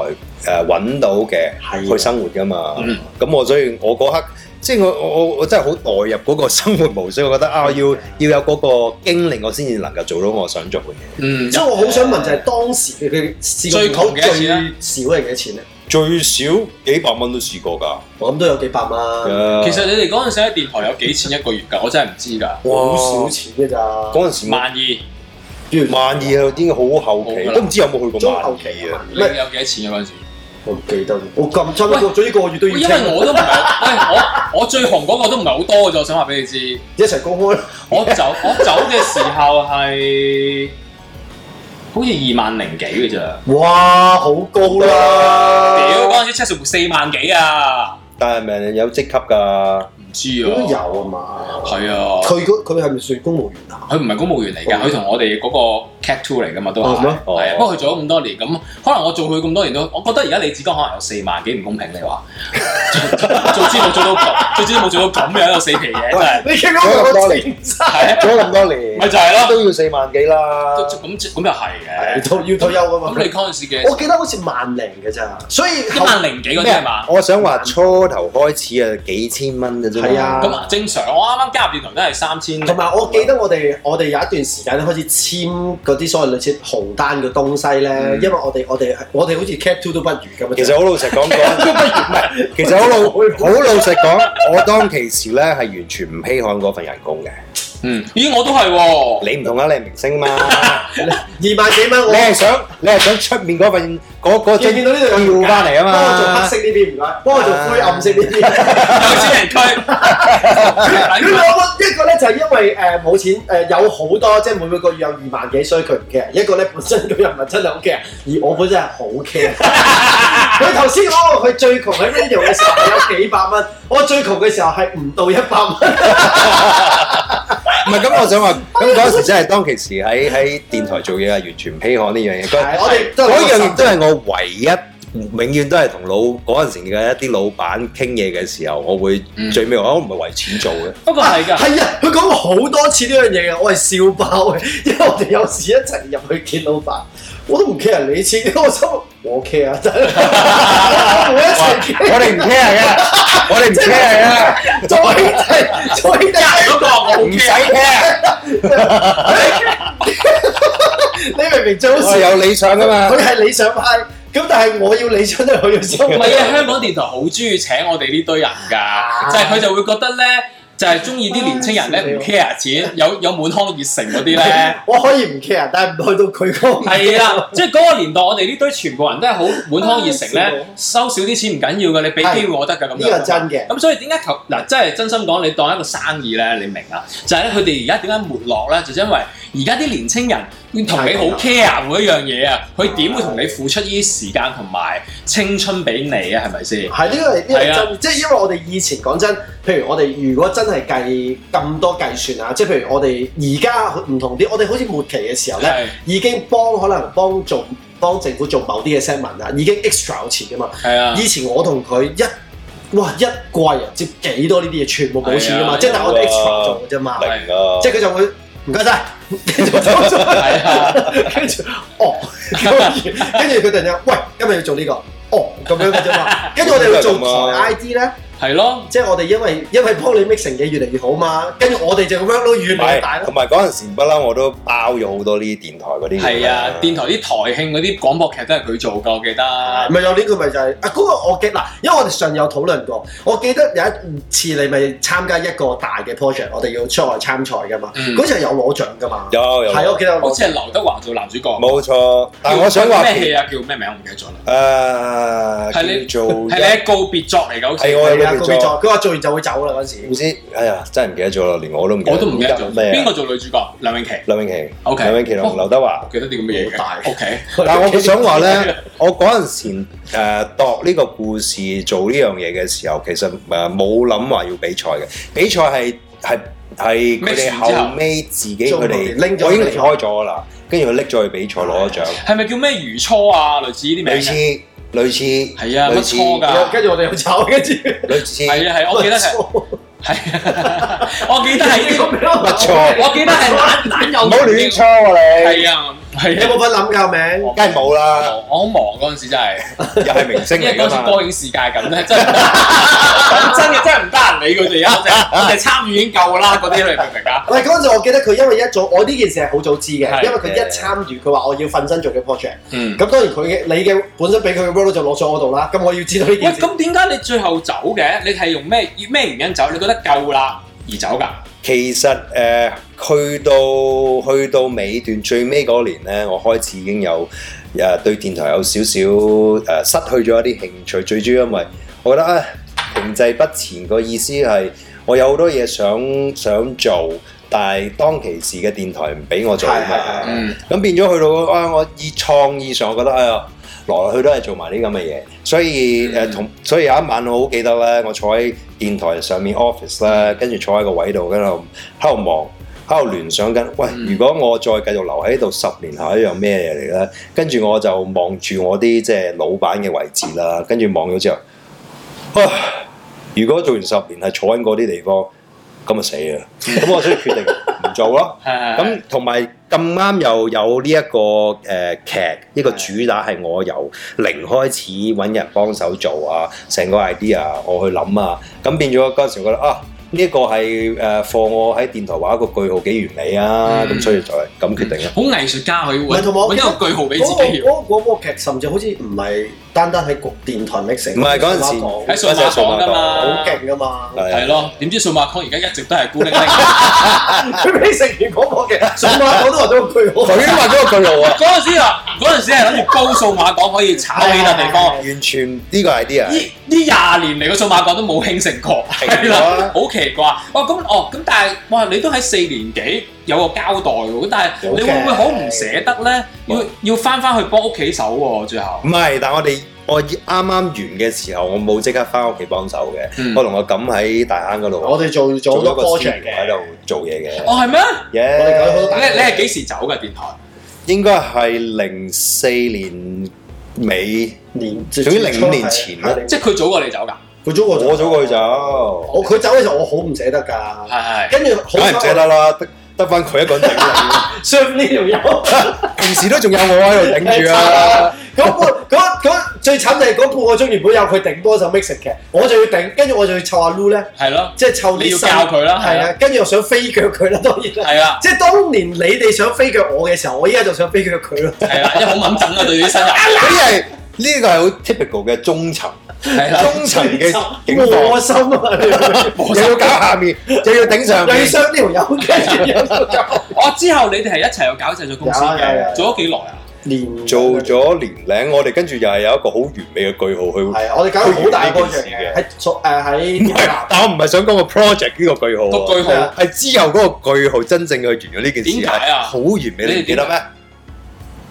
Speaker 3: 誒揾、到嘅
Speaker 4: 係啊
Speaker 3: 去生活噶嘛。
Speaker 2: 嗯
Speaker 3: 咁、我所以我嗰刻，即係我我我我真係好代入嗰個生活模式，我覺得
Speaker 2: 嗯
Speaker 3: 啊，我要要有嗰個經歷，我先至能夠做到我想做嘅嘢。
Speaker 2: 嗯，
Speaker 4: 所以我好想問就係當時佢佢試過
Speaker 2: 最窮幾多錢啊
Speaker 4: 最少係幾多錢咧？
Speaker 3: 最少幾百蚊都試過㗎。啊
Speaker 4: 我諗都有幾百蚊，
Speaker 2: 嗯其實你哋嗰陣時喺電台有幾錢一個月㗎？我真係唔知㗎，
Speaker 4: 好
Speaker 3: 哇
Speaker 4: 少錢嘅咋。
Speaker 3: 嗰陣時萬
Speaker 2: 萬二。
Speaker 3: 萬二係已經好後期
Speaker 2: 冇㗎啦，
Speaker 3: 都唔知有冇去過
Speaker 4: 中
Speaker 3: 萬
Speaker 4: 後期啊，
Speaker 3: 二啊！
Speaker 4: 唔
Speaker 2: 你有
Speaker 4: 係
Speaker 2: 幾多錢啊嗰陣時？
Speaker 4: 我唔記得喎，我咁差唔多咗呢個月都要
Speaker 2: 因
Speaker 4: 清
Speaker 2: 為我都唔係，
Speaker 4: *laughs*
Speaker 2: 喂我我最紅嗰個都唔係好多嘅啫，我想話俾你知。
Speaker 4: 一齊公開啦，
Speaker 2: 我
Speaker 4: *laughs*
Speaker 2: 走我走嘅時候係好似二萬零幾嘅咋。
Speaker 4: 哇，好高啦！
Speaker 2: 屌嗰陣時 Chess 部四萬幾啊！
Speaker 3: 但係咪有職級㗎？
Speaker 2: 唔知
Speaker 4: 應該有
Speaker 2: 啊，
Speaker 4: 啊嘛。
Speaker 2: 係啊，
Speaker 4: 佢嗰佢係咪算公務員啊？
Speaker 2: 佢唔係公務員嚟㗎，佢同我哋嗰個 Cat Two 嚟㗎嘛，都係
Speaker 4: 哦
Speaker 2: 係
Speaker 4: 咩。
Speaker 2: 啊
Speaker 3: 哦，
Speaker 2: 不過佢做咗咁多年，咁可能我做佢咁多年都，我覺得而家李志剛可能有四萬幾唔公平，你
Speaker 4: *laughs*
Speaker 2: 話做節目做到咁，做節目做到咁樣有四皮嘢，真係哎
Speaker 4: 你傾
Speaker 3: 哎咗咁多
Speaker 4: 年，
Speaker 2: 係啊
Speaker 3: 做咗咁多年，
Speaker 2: 咪就係咯
Speaker 3: 都要四萬幾啦。
Speaker 2: 咁咁又係嘅。
Speaker 4: 退要退休噶嘛
Speaker 2: 咁？你嗰陣時
Speaker 4: 我
Speaker 2: 嘅
Speaker 4: 記得好似萬零嘅咋，所以
Speaker 2: 一
Speaker 4: 後
Speaker 2: 萬零幾嗰啲係嘛？
Speaker 3: 啊我想話初頭開始啊，幾千蚊嘅啫嘛。
Speaker 4: 係啊
Speaker 2: 咁啊正常，我啱啱加入電台都係三千。
Speaker 4: 同埋我記得我哋我哋有一段時間咧開始簽嗰啲所謂類似紅單嘅東西咧，
Speaker 2: 嗯
Speaker 4: 因為我哋我哋我哋好似 cat two 都不如咁樣。
Speaker 3: 其實好老實講講，唔係，其實好老好老實講，我當其時咧係完全唔稀罕嗰份人工嘅。
Speaker 2: 嗯，咦我都係喎，
Speaker 3: 你唔同啊，你係明星嘛，
Speaker 4: 二萬幾蚊
Speaker 3: 你係
Speaker 4: 我。
Speaker 3: 想你係想出面嗰份嗰嗰
Speaker 4: 見
Speaker 3: 張
Speaker 4: 見到呢度有
Speaker 3: 調翻嚟啊
Speaker 4: 幫我做黑
Speaker 3: 嘛。
Speaker 4: 色呢邊唔該，幫我做灰暗色呢邊。
Speaker 2: 有錢人區。
Speaker 4: 佢兩個一個咧就係因為誒冇錢誒有好多，即係每個月有二萬幾，所以佢唔 care。一個咧本身佢又唔係真係好 care，而我本身係好 care。佢 *laughs* 頭先講過佢最窮喺 radio 嘅時候有幾百蚊，我最窮嘅時候係唔到一百蚊。
Speaker 3: 唔係咁，我想話咁嗰陣時真係當其時喺喺電台做嘢係完全唔稀罕呢樣嘢。嗰
Speaker 4: 係我哋都係
Speaker 3: 嗰樣亦都係我唯一。永遠都係同老嗰陣時嘅一啲老闆傾嘢嘅時候，我會
Speaker 2: 嗯
Speaker 3: 最尾話我唔係為錢做嘅。
Speaker 2: 不過係㗎，
Speaker 4: 係啊，佢講過好多次呢樣嘢嘅，我係笑爆嘅，因為我哋有時一齊入去見老闆，我都唔 care 你錢，我心諗我 care 啊，真 *laughs* 係我一齊 care，
Speaker 3: 我哋唔 care 嘅，我哋唔 care 嘅，
Speaker 4: 做兄弟，做兄 *laughs* 弟。
Speaker 2: 嗰個我好
Speaker 3: 唔使 care，
Speaker 4: 你明明最好
Speaker 3: 我
Speaker 4: 笑，
Speaker 3: 有理想噶嘛
Speaker 4: 佢。係理想派，咁但係我要理想都係佢要收
Speaker 2: 啊唔係啊，香港電台好中意請我哋呢堆人㗎，就係佢就會覺得咧。就係中意啲年青人咧唔 care 錢，有有滿腔熱誠嗰啲咧。
Speaker 4: *laughs* 我可以唔 care，但係唔去到佢嗰
Speaker 2: *laughs*
Speaker 4: 個
Speaker 2: 係啦，即係嗰個年代，我哋呢堆全部人都係好滿腔熱誠咧，收少啲錢唔緊要嘅，你俾機會我得㗎咁
Speaker 4: 呢個
Speaker 2: 樣。
Speaker 4: 真嘅。
Speaker 2: 咁所以點解求嗱，真係真心講，你當一個生意咧，你明啦，就係咧佢哋而家點解沒落咧，就因為而家啲年青人要同你好 care 每一樣嘢啊，佢點會同你付出呢啲時間同埋青春俾你啊？係咪先？
Speaker 4: 係呢個係呢個
Speaker 2: 係啊
Speaker 4: 係真，即係因為我哋以前講真，譬如我哋如果真係計咁多計算啊，即係譬如我哋而家唔同啲，我哋好似末期嘅時候咧，
Speaker 2: 係
Speaker 4: 已經幫可能幫做幫政府做某啲嘅 segment 啦，已經 extra 有錢噶嘛。
Speaker 2: 係啊，
Speaker 4: 以前我同佢一哇一季啊接幾多呢啲嘢，全部冇錢噶
Speaker 2: 係
Speaker 4: 嘛，
Speaker 2: 啊
Speaker 4: 即係但係我
Speaker 3: 有啊
Speaker 4: 哋 extra 做嘅啫嘛，
Speaker 3: 明啊，
Speaker 4: 即係佢就會唔該晒，跟住我走咗
Speaker 2: 係啊，
Speaker 3: *laughs*
Speaker 4: 跟住哦，跟住佢突然間喂今日要做呢個。哦，咁樣嘅啫嘛，跟住我哋要做
Speaker 3: 啊
Speaker 4: 台 ID 咧，
Speaker 2: 係咯，
Speaker 4: 即係我哋因為因為幫你 mixing 嘢越嚟越好嘛，跟住我哋就 work 到越
Speaker 3: 唔
Speaker 4: 嚟越大
Speaker 3: 係，
Speaker 4: 咯
Speaker 3: 同。埋嗰陣時不嬲我都包咗好多呢啲電台嗰啲嘢
Speaker 2: 係啊
Speaker 3: 啦，
Speaker 2: 電台啲台慶嗰啲廣播劇都係佢做過，我記得。
Speaker 4: 咪有呢個咪就係、啊嗰、個我記嗱，因為我哋上有討論過，我記得有一次你咪參加一個大嘅 project，我哋要出外參賽噶嘛，
Speaker 2: 嗯
Speaker 4: 嗰次係有攞獎噶嘛，
Speaker 3: 有有
Speaker 4: 係我記得有
Speaker 2: 好
Speaker 4: 攞獎
Speaker 2: 似係劉德華做男主角。
Speaker 3: 冇錯，但係我想話
Speaker 2: 叫咩戲啊？叫咩名？我唔記得咗啦。係你係
Speaker 3: À, 誒叫做
Speaker 2: 你嘅告別作嚟㗎，好似
Speaker 3: 係我有
Speaker 4: 係啊，
Speaker 3: 個
Speaker 4: 告
Speaker 3: 叫
Speaker 4: 別
Speaker 3: 做
Speaker 4: 作，佢話做完就會走啦嗰時
Speaker 3: 唔。知，哎呀真係唔記得咗啦，連我都唔記得，
Speaker 2: 我都唔記得咗。
Speaker 3: 咩
Speaker 2: 邊
Speaker 3: 啊
Speaker 2: 個做女主角？梁詠琪。
Speaker 3: 梁詠琪，
Speaker 2: OK
Speaker 3: 梁詠琪同劉德華
Speaker 2: 我。記得啲咁嘅嘢
Speaker 4: 好
Speaker 2: 嘅。O K。
Speaker 3: *laughs* *laughs* 但係我
Speaker 2: *laughs*
Speaker 3: 想話咧，我嗰陣時誒度呢個故事做呢樣嘢嘅時候，其實誒冇諗話要比賽嘅，比賽係係係
Speaker 2: Mix
Speaker 3: 佢哋
Speaker 2: 完之後
Speaker 3: 後尾自己
Speaker 4: 做
Speaker 3: 佢哋
Speaker 4: 完拎咗
Speaker 3: 我已經
Speaker 4: 去比
Speaker 3: 離
Speaker 4: 賽
Speaker 3: 開咗啦，跟住佢拎咗去比賽攞咗獎，
Speaker 2: 係咪叫咩如初啊？類似呢啲名
Speaker 3: 類似
Speaker 2: 嘅。
Speaker 3: 類似
Speaker 2: 係啊，乜
Speaker 3: 類似
Speaker 2: 初㗎？
Speaker 4: 跟住我哋又走，跟住
Speaker 3: 類似
Speaker 2: 係啊係啊，我記得係係， *laughs* 我記得
Speaker 3: *laughs*
Speaker 2: 係呢個，
Speaker 4: 乜
Speaker 3: 錯
Speaker 2: 我記得係懶懶有。
Speaker 3: 唔好亂初啊你，
Speaker 2: 係啊，係
Speaker 4: 有
Speaker 2: 啊。
Speaker 4: 冇份諗㗎名？
Speaker 3: 梗係冇啦，
Speaker 2: 我好忙嗰陣時真係。
Speaker 3: *laughs* 又係啊明星
Speaker 2: 因為
Speaker 3: 嚟
Speaker 2: 嗰
Speaker 3: 㗎
Speaker 2: 陣時
Speaker 3: 嘛
Speaker 2: 歌。影世界咁咧，真係
Speaker 3: *laughs*
Speaker 2: 唔得真嘅真係唔得閒理佢哋啊！我哋我哋參與已經夠啦，嗰啲你明唔明
Speaker 3: *laughs*
Speaker 2: 啊？
Speaker 4: 喂，嗰陣時我記得佢因為一早，我呢件事係好早知嘅，
Speaker 2: 係
Speaker 4: 因為佢一參與，佢話我要瞓身做嘅 project。
Speaker 2: 嗯。
Speaker 4: 咁當然佢嘅你嘅本身俾佢嘅 role 就攞咗我度啦，咁我要知道呢
Speaker 2: 喂，
Speaker 4: 件事。
Speaker 2: 咁點解你最後走嘅？你係用咩以咩原因走？你覺得夠啦而走㗎？
Speaker 3: 其實誒、呃去到去到尾段最尾嗰年咧，我開始已經有誒、呃、對電台有少少誒、呃失去咗一啲興趣，最主要因為我覺得啊停滯不前個意思係我有好多嘢想想做，但係當其時嘅電台唔俾我做啊
Speaker 4: 係係
Speaker 3: 嘛
Speaker 4: 係，
Speaker 2: 嗯，
Speaker 3: 咁變咗去到啊我以創意上，我覺得哎呀來來去都係做埋啲咁嘅嘢，所以誒、
Speaker 2: 嗯
Speaker 3: 呃同所以有一晚我好記得咧，我坐喺電台上
Speaker 2: 嗯
Speaker 3: 面 office 啦，跟住坐喺個位度，跟住喺度望。喺度聯想緊，喂！
Speaker 2: 嗯
Speaker 3: 如果我再繼續留喺度十年後，一樣咩嘢嚟咧？跟住我就望住我啲即係老闆嘅位置啦，跟住望咗之後，啊！如果做完十年係坐喺嗰啲地方，咁啊死啦！咁我所以決定唔做咯。
Speaker 2: 係咁
Speaker 3: 咁同埋咁啱又有呢、一個誒、呃、劇，呢、個主打係我由零開始揾人幫手做啊，成個 idea 我去諗啊，咁變咗嗰陣時我覺得啊，呢、一個係誒放我喺電台畫一個句號幾完美啊，咁、
Speaker 2: 嗯
Speaker 3: 所以就係咁決定啦。啊
Speaker 2: 好藝術家佢
Speaker 4: 唔係
Speaker 2: 揾
Speaker 4: 同埋我
Speaker 2: 揾一
Speaker 4: 記得
Speaker 2: 個句號俾自
Speaker 4: 嗰個
Speaker 2: 己。
Speaker 4: 嗰嗰個劇甚至好似唔係單單喺局電台 mix
Speaker 3: 唔係嗰陣時
Speaker 2: 喺
Speaker 4: 時
Speaker 2: 數碼港㗎
Speaker 4: 好
Speaker 2: 嘛，
Speaker 4: 勁噶嘛，
Speaker 2: 係咯，點知數碼港而家一直都係孤零零。
Speaker 4: 佢 mix 完嗰個劇數碼港都話到佢好
Speaker 3: 佢都畫咗個句號啊，
Speaker 2: 嗰陣時啊，嗰陣時係諗住高數碼港可以炒起笪地方。
Speaker 3: 完全呢個 idea
Speaker 2: 呢呢廿年嚟個數碼港都冇興盛過，
Speaker 3: 停咗
Speaker 2: 係啦
Speaker 3: 啦，
Speaker 2: 好奇怪。哇，咁哦，咁但係哇，你都喺四年幾有個交代喎，咁但係
Speaker 4: 有
Speaker 2: 你
Speaker 4: 嘅
Speaker 2: 會唔會好唔捨得咧？要要翻翻去幫屋企手喎，最後
Speaker 3: 唔。係，但係我哋我啱啱完嘅時候，我冇即刻翻屋企幫手嘅，
Speaker 2: 嗯
Speaker 3: 我同我咁喺大坑嗰度
Speaker 4: 我哋做咗好
Speaker 3: 做咗
Speaker 4: 多
Speaker 3: 個
Speaker 4: project
Speaker 3: studio 喺
Speaker 4: 嘅，
Speaker 3: 度做嘢嘅。
Speaker 2: 哦，係咩？
Speaker 3: Yeah
Speaker 4: 我哋搞咗好多大
Speaker 2: 你你係幾時走嘅電台？
Speaker 3: 應該係零四年尾，
Speaker 4: 年
Speaker 3: 總之零五年前啦
Speaker 4: 係
Speaker 2: 即係佢早過你走㗎。
Speaker 4: 佢早過
Speaker 3: 我早過去走，
Speaker 4: 哦我佢走嘅時候我好唔捨得㗎，
Speaker 2: 係係。
Speaker 4: 跟住好
Speaker 3: 梗係唔捨得啦，得得翻佢一個人頂
Speaker 4: *laughs*
Speaker 3: 住，
Speaker 4: 上呢條友。
Speaker 3: 平時都仲有我喺度頂
Speaker 4: *laughs*
Speaker 3: 住啊！
Speaker 4: 嗰半嗰嗰最慘就係嗰半個鐘原本有佢頂多就 mix 嘅，我就要頂，跟住我就要湊阿 Lu 咧，
Speaker 2: 係咯，
Speaker 4: 即係湊啲
Speaker 2: 你要
Speaker 4: 新
Speaker 2: 教佢啦
Speaker 4: 係
Speaker 2: 係
Speaker 4: 啊，跟住又想飛腳佢啦，當然啦，
Speaker 2: 係啊啦，
Speaker 4: 即係當年你哋想飛腳我嘅時候，我依家就想飛腳佢咯，
Speaker 2: 係啦，因為好敏感啊對啲新人。
Speaker 4: *laughs*
Speaker 3: 佢係呢個係好 typical 嘅中層，
Speaker 2: 係啦，
Speaker 3: 中層嘅境況，
Speaker 4: 我心啊！你明唔明
Speaker 3: 又要搞下面，又要頂 *laughs* 上
Speaker 4: 又要
Speaker 3: 面。
Speaker 4: 傷呢條友
Speaker 3: *laughs*
Speaker 4: 嘅，
Speaker 2: 我之後你哋係一齊有搞製作公司
Speaker 4: 有有有
Speaker 2: 嘅，
Speaker 4: 有
Speaker 2: 做咗幾耐啊？
Speaker 4: 連
Speaker 3: 做咗年零，我哋跟住又係有一個好完美嘅句號去。
Speaker 4: 係啊！我哋搞咗好大個 project 嘅，喺誒
Speaker 3: 唔
Speaker 4: 喺
Speaker 3: 係，但我唔係想講個 project 呢個句號
Speaker 2: 個
Speaker 3: 喎，
Speaker 2: 句號
Speaker 4: 係啊
Speaker 3: 哦係哎之後嗰個句號真正去完咗呢件事
Speaker 2: 點解啊
Speaker 3: 係好完美，你唔記得咩？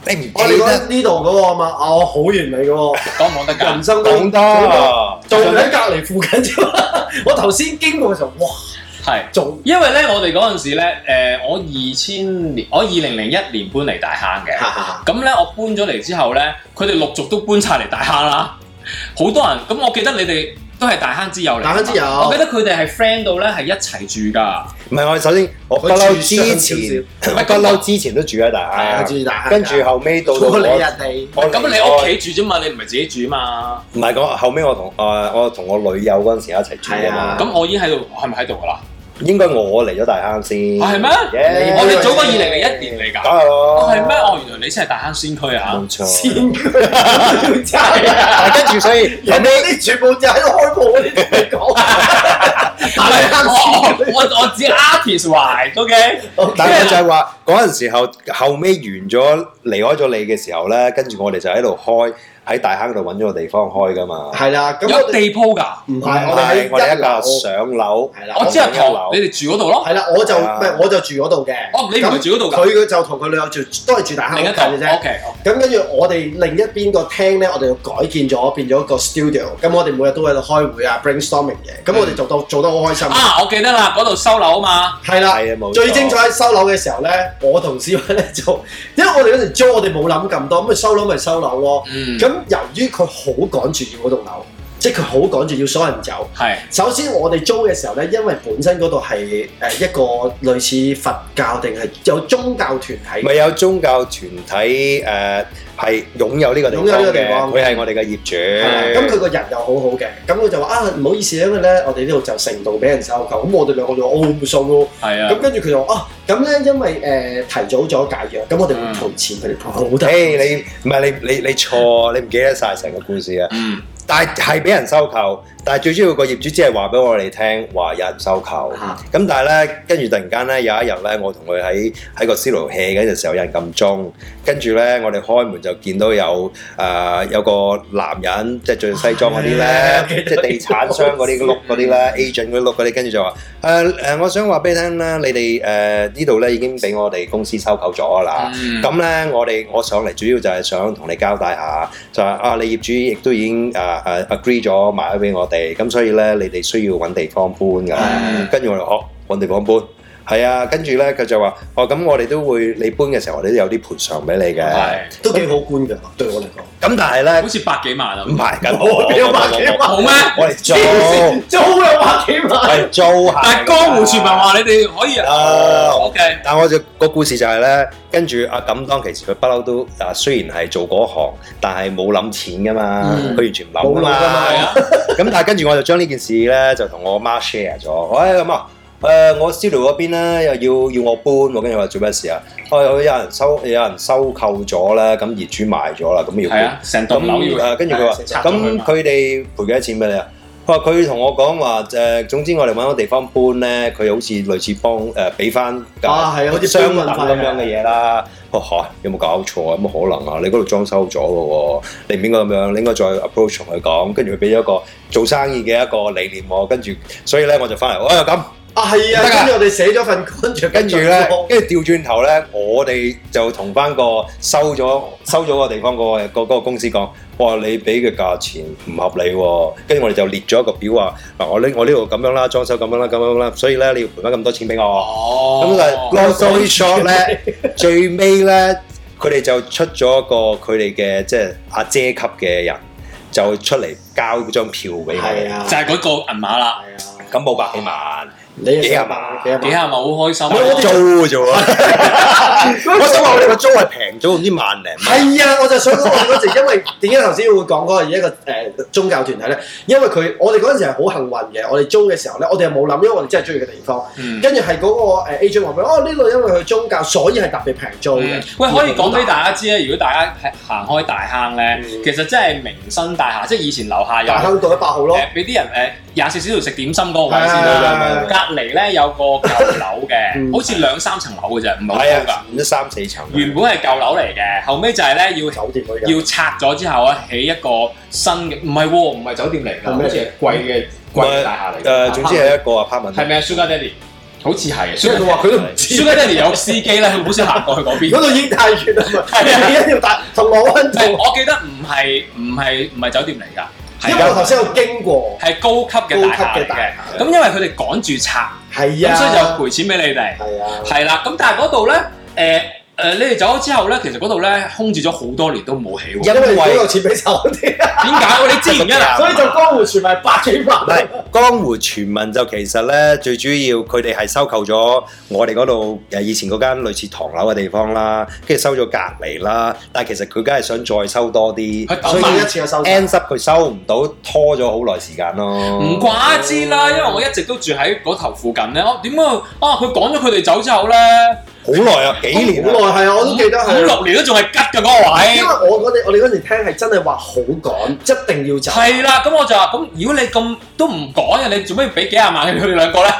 Speaker 3: 你唔
Speaker 4: 我
Speaker 3: 記
Speaker 4: 哋
Speaker 3: 得
Speaker 4: 講呢度嗰個啊嘛，啊我好完美嘅 *laughs* 喎，
Speaker 2: 講唔講得
Speaker 4: 人
Speaker 2: 㗎？
Speaker 4: 生都
Speaker 3: 講得
Speaker 4: 仲喺隔離附近啫嘛。 *laughs* 我頭先經過嘅時候，哇，
Speaker 2: 係。
Speaker 4: 仲
Speaker 2: 因為咧，我哋嗰陣時咧，誒、我二千年，我二零零一年搬嚟大坑嘅。咁咧，我搬咗嚟之後咧，佢哋陸續都搬晒嚟大坑啦。好多人，咁我記得你哋都係大坑之友嚟㗎嘛。
Speaker 4: 大坑之友
Speaker 2: 我記得佢哋係 friend 到咧，係一齊住㗎。
Speaker 3: 唔係，我哋首先我不嬲之前，
Speaker 2: 少
Speaker 3: 不嬲之前都住喺大
Speaker 4: 係啊
Speaker 3: 坑，
Speaker 4: 住大
Speaker 3: 跟住後尾到到
Speaker 4: 我理
Speaker 3: 我
Speaker 4: 人哋。
Speaker 3: 我
Speaker 2: 咁你屋企住啫嘛，你唔係自己住嘛。
Speaker 3: 唔係講後尾我同誒呃我同我女友嗰陣時一齊住啊嘛，
Speaker 4: 係
Speaker 2: 咁我已經喺度，係咪喺度㗎啦？
Speaker 3: 應該我嚟咗大坑先，
Speaker 2: 啊係咩？
Speaker 3: Yeah
Speaker 2: 我哋早過二零零一年嚟
Speaker 3: 梗
Speaker 2: 㗎。
Speaker 3: 係咯，
Speaker 2: 哦，係咩？哦，原來你先係大坑先驅啊！哦
Speaker 4: *laughs*
Speaker 3: 冇錯。
Speaker 4: 先佢真係啊！
Speaker 3: 但跟住所以後
Speaker 4: 人
Speaker 3: 尾
Speaker 4: 哋啲全部就喺度開鋪嗰啲同你 *laughs* 講，
Speaker 2: 唔係我哦我我我啊只 artist wise，OK。
Speaker 3: 但係就係話嗰陣時候，後尾完咗離開咗你嘅時候咧，跟住我哋就喺度開喺大坑度揾咗個地方開噶嘛。
Speaker 4: 係啦，咁
Speaker 2: 有
Speaker 4: 我哋
Speaker 2: 地鋪㗎。
Speaker 4: 唔
Speaker 3: 唔
Speaker 4: 係我哋
Speaker 3: 我哋
Speaker 4: 喺哦
Speaker 3: 一架
Speaker 4: 樓，
Speaker 3: 上樓，
Speaker 4: 係啦
Speaker 2: 我
Speaker 3: 我
Speaker 2: 知
Speaker 3: 知
Speaker 2: 啊，
Speaker 3: 啊唐
Speaker 2: 唐，你哋住嗰度咯。
Speaker 4: 係啦，我就唔
Speaker 3: 係啊
Speaker 4: 係我就住嗰度嘅，
Speaker 2: 哦，你唔係住嗰度㗎，
Speaker 4: 佢佢就同佢女友住都係住大坑
Speaker 2: 另一
Speaker 4: 屋
Speaker 2: 度。
Speaker 4: 嘅啫
Speaker 2: O。K，
Speaker 4: 咁跟住我哋另一邊個廳咧，我哋要改建咗，變咗個 studio。咁我哋每日都喺度開會啊，brainstorming 嘅。咁我哋做到做得好開心。
Speaker 2: 啊，我記得啦，嗰度收樓啊嘛，
Speaker 4: 係啦，
Speaker 3: 係啊冇錯
Speaker 4: 最精彩喺收樓嘅時候咧，我同小威咧就， *laughs* 因為我哋嗰陣租，我哋冇諗咁多，咁咪收樓咪收樓咯。
Speaker 2: 嗯，
Speaker 4: 咁、由於佢好趕住要嗰棟樓，即係佢好趕住要所有人走。
Speaker 2: 係
Speaker 4: 首先我哋租嘅時候咧，因為本身嗰度係誒一個類似佛教定係有宗教團體
Speaker 3: 咪有宗教團體誒呃係擁有呢個地
Speaker 4: 擁有
Speaker 3: 方
Speaker 4: 呢個地
Speaker 3: 嘅，
Speaker 4: 方
Speaker 3: 佢係我哋嘅業主。
Speaker 4: 係啦咁佢個人又好好嘅，咁佢就話啊唔好意思，因為咧我哋呢度就成度俾人收購，咁我哋兩個就話哦唔送咯。
Speaker 2: 係
Speaker 4: 咁
Speaker 2: 啊，
Speaker 4: 跟住佢就話啊咁咧，因為誒、提早咗解約，咁我哋會賠錢佢哋好得。
Speaker 3: 誒你唔係你你你錯，你唔記得晒成個故事啊！
Speaker 2: 嗯，
Speaker 3: 但係係俾人收購，但係最主要個業主只係話俾我哋聽話有人收購。
Speaker 4: 嚇
Speaker 3: 咁但係咧，跟住突然間咧，有一日咧，我同佢喺喺個 s 爐 hea 嘅時候，有人撳鐘，跟住咧，我哋開門就見到有誒、呃有個男人，即係着西裝嗰啲
Speaker 4: 唉
Speaker 3: 咧，即係地產商嗰啲碌嗰啲咧，agent 嗰啲碌嗰啲，跟住就話誒誒，我想話俾你聽啦，你哋誒呢度咧已經俾我哋公司收購咗啦。
Speaker 2: 嗯
Speaker 3: 啊咁咧，我哋我上嚟主要就係想同你交代下，就係啊，你業主亦都已經誒誒 agree 咗買咗俾我哋，咁所以咧，你哋需要揾地方搬㗎啦。
Speaker 2: 嗯
Speaker 3: 跟住我哋哦揾地方搬，係啊，跟住咧佢就話哦咁，我哋都會你搬嘅時候，我哋都有啲賠償俾你嘅。咁
Speaker 2: 係，
Speaker 4: 都幾好觀㗎，對我嚟講。
Speaker 3: 但係咧
Speaker 2: 好似百幾萬啊
Speaker 3: 唔，係緊
Speaker 4: 我有百幾萬，
Speaker 2: 好咩？
Speaker 3: 我哋租，
Speaker 4: 租有百幾
Speaker 3: 我
Speaker 4: 萬。
Speaker 3: 哋租下。
Speaker 2: 但係江湖傳聞話你哋可以
Speaker 3: 啊
Speaker 2: ，O K，
Speaker 3: 但我就個故事就係咧，跟住阿錦當其時佢不嬲都啊，雖然係做嗰行，但係冇諗錢噶嘛，
Speaker 2: 嗯
Speaker 3: 佢完全唔諗
Speaker 4: 冇
Speaker 3: 噶
Speaker 4: 諗㗎嘛
Speaker 3: 嘛
Speaker 2: 係。啊，
Speaker 3: 咁但係跟住我就將呢件事咧就同我媽 share 咗，喂咁啊，誒、我 studio 嗰邊咧又要要我搬喎，跟住我話做咩事啊？哦有人收有人收購咗啦，咁業主賣咗啦，咁要
Speaker 2: 係
Speaker 3: 搬。
Speaker 2: 啊，成棟樓
Speaker 3: 咁
Speaker 2: 要
Speaker 3: 誒跟住佢話，
Speaker 2: 拆咗佢
Speaker 3: 咁
Speaker 2: 嘛
Speaker 3: 佢哋賠幾多錢俾你啊？佢話佢同我講話誒，總之我哋揾個地方搬咧，佢好似類似幫誒俾翻
Speaker 4: 啊係啊好似
Speaker 3: 相等
Speaker 4: 搬運費啊
Speaker 3: 咁樣嘅嘢啦。我話嚇有冇搞錯啊？有冇可能啊？你嗰度裝修咗嘅喎，你唔應該咁樣，你應該再 approach 同佢講。跟住佢俾咗一個做生意嘅一個理念我，跟住所以咧我就翻嚟，哎呀咁。
Speaker 4: 啊係啊，
Speaker 3: 得㗎
Speaker 4: 跟住我哋寫咗份 contract，
Speaker 3: 跟住咧，跟住調轉頭咧，我哋就同翻個收咗收咗個地方嗰、個嗰、個公司講，哇！你俾嘅價錢唔合理喎、跟住我哋就列咗一個表話，嗱，我呢我呢度咁樣啦，裝修咁樣啦，咁樣啦，所以咧你要賠翻咁多錢俾我。
Speaker 2: 哦，
Speaker 3: 咁就 long story short 咧， *laughs* 最尾咧佢哋就出咗一個佢哋嘅即係阿姐級嘅人，就出嚟交張票俾我
Speaker 4: 係
Speaker 3: 哋。
Speaker 4: 啊，
Speaker 2: 就係嗰個銀碼啦，
Speaker 4: 係啊，
Speaker 3: 咁冇百幾萬，
Speaker 4: 你
Speaker 3: 幾廿萬
Speaker 4: 幾廿
Speaker 2: 幾
Speaker 4: 萬。
Speaker 2: 下咪好開心啊，
Speaker 4: 係我哋
Speaker 3: *laughs* 租啫喎。我想話
Speaker 4: 我哋
Speaker 3: 個租係平咗唔知萬零蚊。
Speaker 4: 係啊，我就想講我哋嗰陣，因為點解頭先會講嗰個一個誒、呃宗教團體咧？因為佢我哋嗰陣時係好幸運嘅，我哋租嘅時候咧，我哋又冇諗，因為我哋真係中意嘅地方。
Speaker 2: 嗯
Speaker 4: 跟住係嗰個呃 agent 話俾我哦呢度因為佢宗教，所以係特別平租嘅
Speaker 2: 嗯。喂，可以講俾大家知啊咧，如果大家係行開大坑咧，
Speaker 4: 嗯
Speaker 2: 其實真係民生大廈，即係以前樓下有
Speaker 4: 大坑道一百號咯，
Speaker 2: 誒俾啲人誒廿四小時食點心嗰個位先
Speaker 4: 係啊
Speaker 2: 到。
Speaker 3: 係
Speaker 2: 隔離咧有個舊樓嘅，
Speaker 4: 嗯
Speaker 2: 好似兩三層樓嘅啫，唔係好
Speaker 3: 係
Speaker 2: 高㗎
Speaker 3: 啊。，唔知三四層。
Speaker 2: 原本係舊樓嚟嘅，後尾就係咧要
Speaker 4: 酒店嗰啲啊
Speaker 2: 要拆咗之後咧，起一個新嘅，唔係喎，唔係酒店嚟㗎，
Speaker 4: 係咩
Speaker 2: 好似係貴嘅貴嘅大廈嚟
Speaker 3: 誒，
Speaker 2: 嘅。
Speaker 3: 總之係一個 apartment。
Speaker 2: 係咪啊？Sugar Daddy，好似係。
Speaker 4: 所以
Speaker 2: Sugar
Speaker 4: 佢話佢都唔
Speaker 2: *laughs*
Speaker 4: 知
Speaker 2: Sugar Daddy 有司機咧，佢好少行過去嗰邊
Speaker 4: 嗰。度已經太遠啦嘛，
Speaker 2: 係啊
Speaker 4: 你一定要大同我灣道
Speaker 2: 係，，我記得唔係唔係唔係啊酒店嚟㗎，
Speaker 4: 因為我頭先有經過，
Speaker 2: 係高級嘅
Speaker 4: 高級
Speaker 2: 大廈嚟
Speaker 4: 嘅大
Speaker 2: 嘅。
Speaker 4: 廈
Speaker 2: 咁因為佢哋趕住拆，
Speaker 4: 係
Speaker 2: 咁
Speaker 4: 啊，
Speaker 2: 所以就賠錢俾你哋。
Speaker 4: 係啊，
Speaker 2: 係啦，咁但係嗰度咧，誒、誒，你哋走咗之後咧，其實嗰度咧空置咗好多年都冇起喎。
Speaker 4: 因為嗰個錢俾酒店，
Speaker 2: 點解？你知唔知啊？
Speaker 4: *laughs* 所以就江湖傳聞百幾萬
Speaker 3: 唔。係江湖傳聞就其實咧，最主要佢哋係收購咗我哋嗰度誒以前嗰間類似唐樓嘅地方啦，跟住收咗隔離啦。但係其實佢梗係想再收多啲
Speaker 2: 佢，
Speaker 4: 所
Speaker 2: 等
Speaker 4: 以
Speaker 2: 埋
Speaker 4: 一次就收晒
Speaker 3: ends up 佢收唔到，拖咗好耐時間咯。
Speaker 2: 唔怪之啦，因為我一直都住喺嗰頭附近咧。我點解啊？佢趕咗佢哋走之後咧，
Speaker 3: 好耐啊，幾年
Speaker 4: 好
Speaker 3: 啊，
Speaker 4: 耐係啊，我都記得
Speaker 2: 五
Speaker 4: 係。
Speaker 2: 六年都仲係吉嘅嗰個
Speaker 4: 因為
Speaker 2: 位。
Speaker 4: 我我哋我哋嗰陣聽係真係話好趕，
Speaker 2: *laughs*
Speaker 4: 一定要走。
Speaker 2: 係啦，咁我就話：咁如果你咁都唔講嘅，你做咩俾幾廿萬佢哋兩個咧？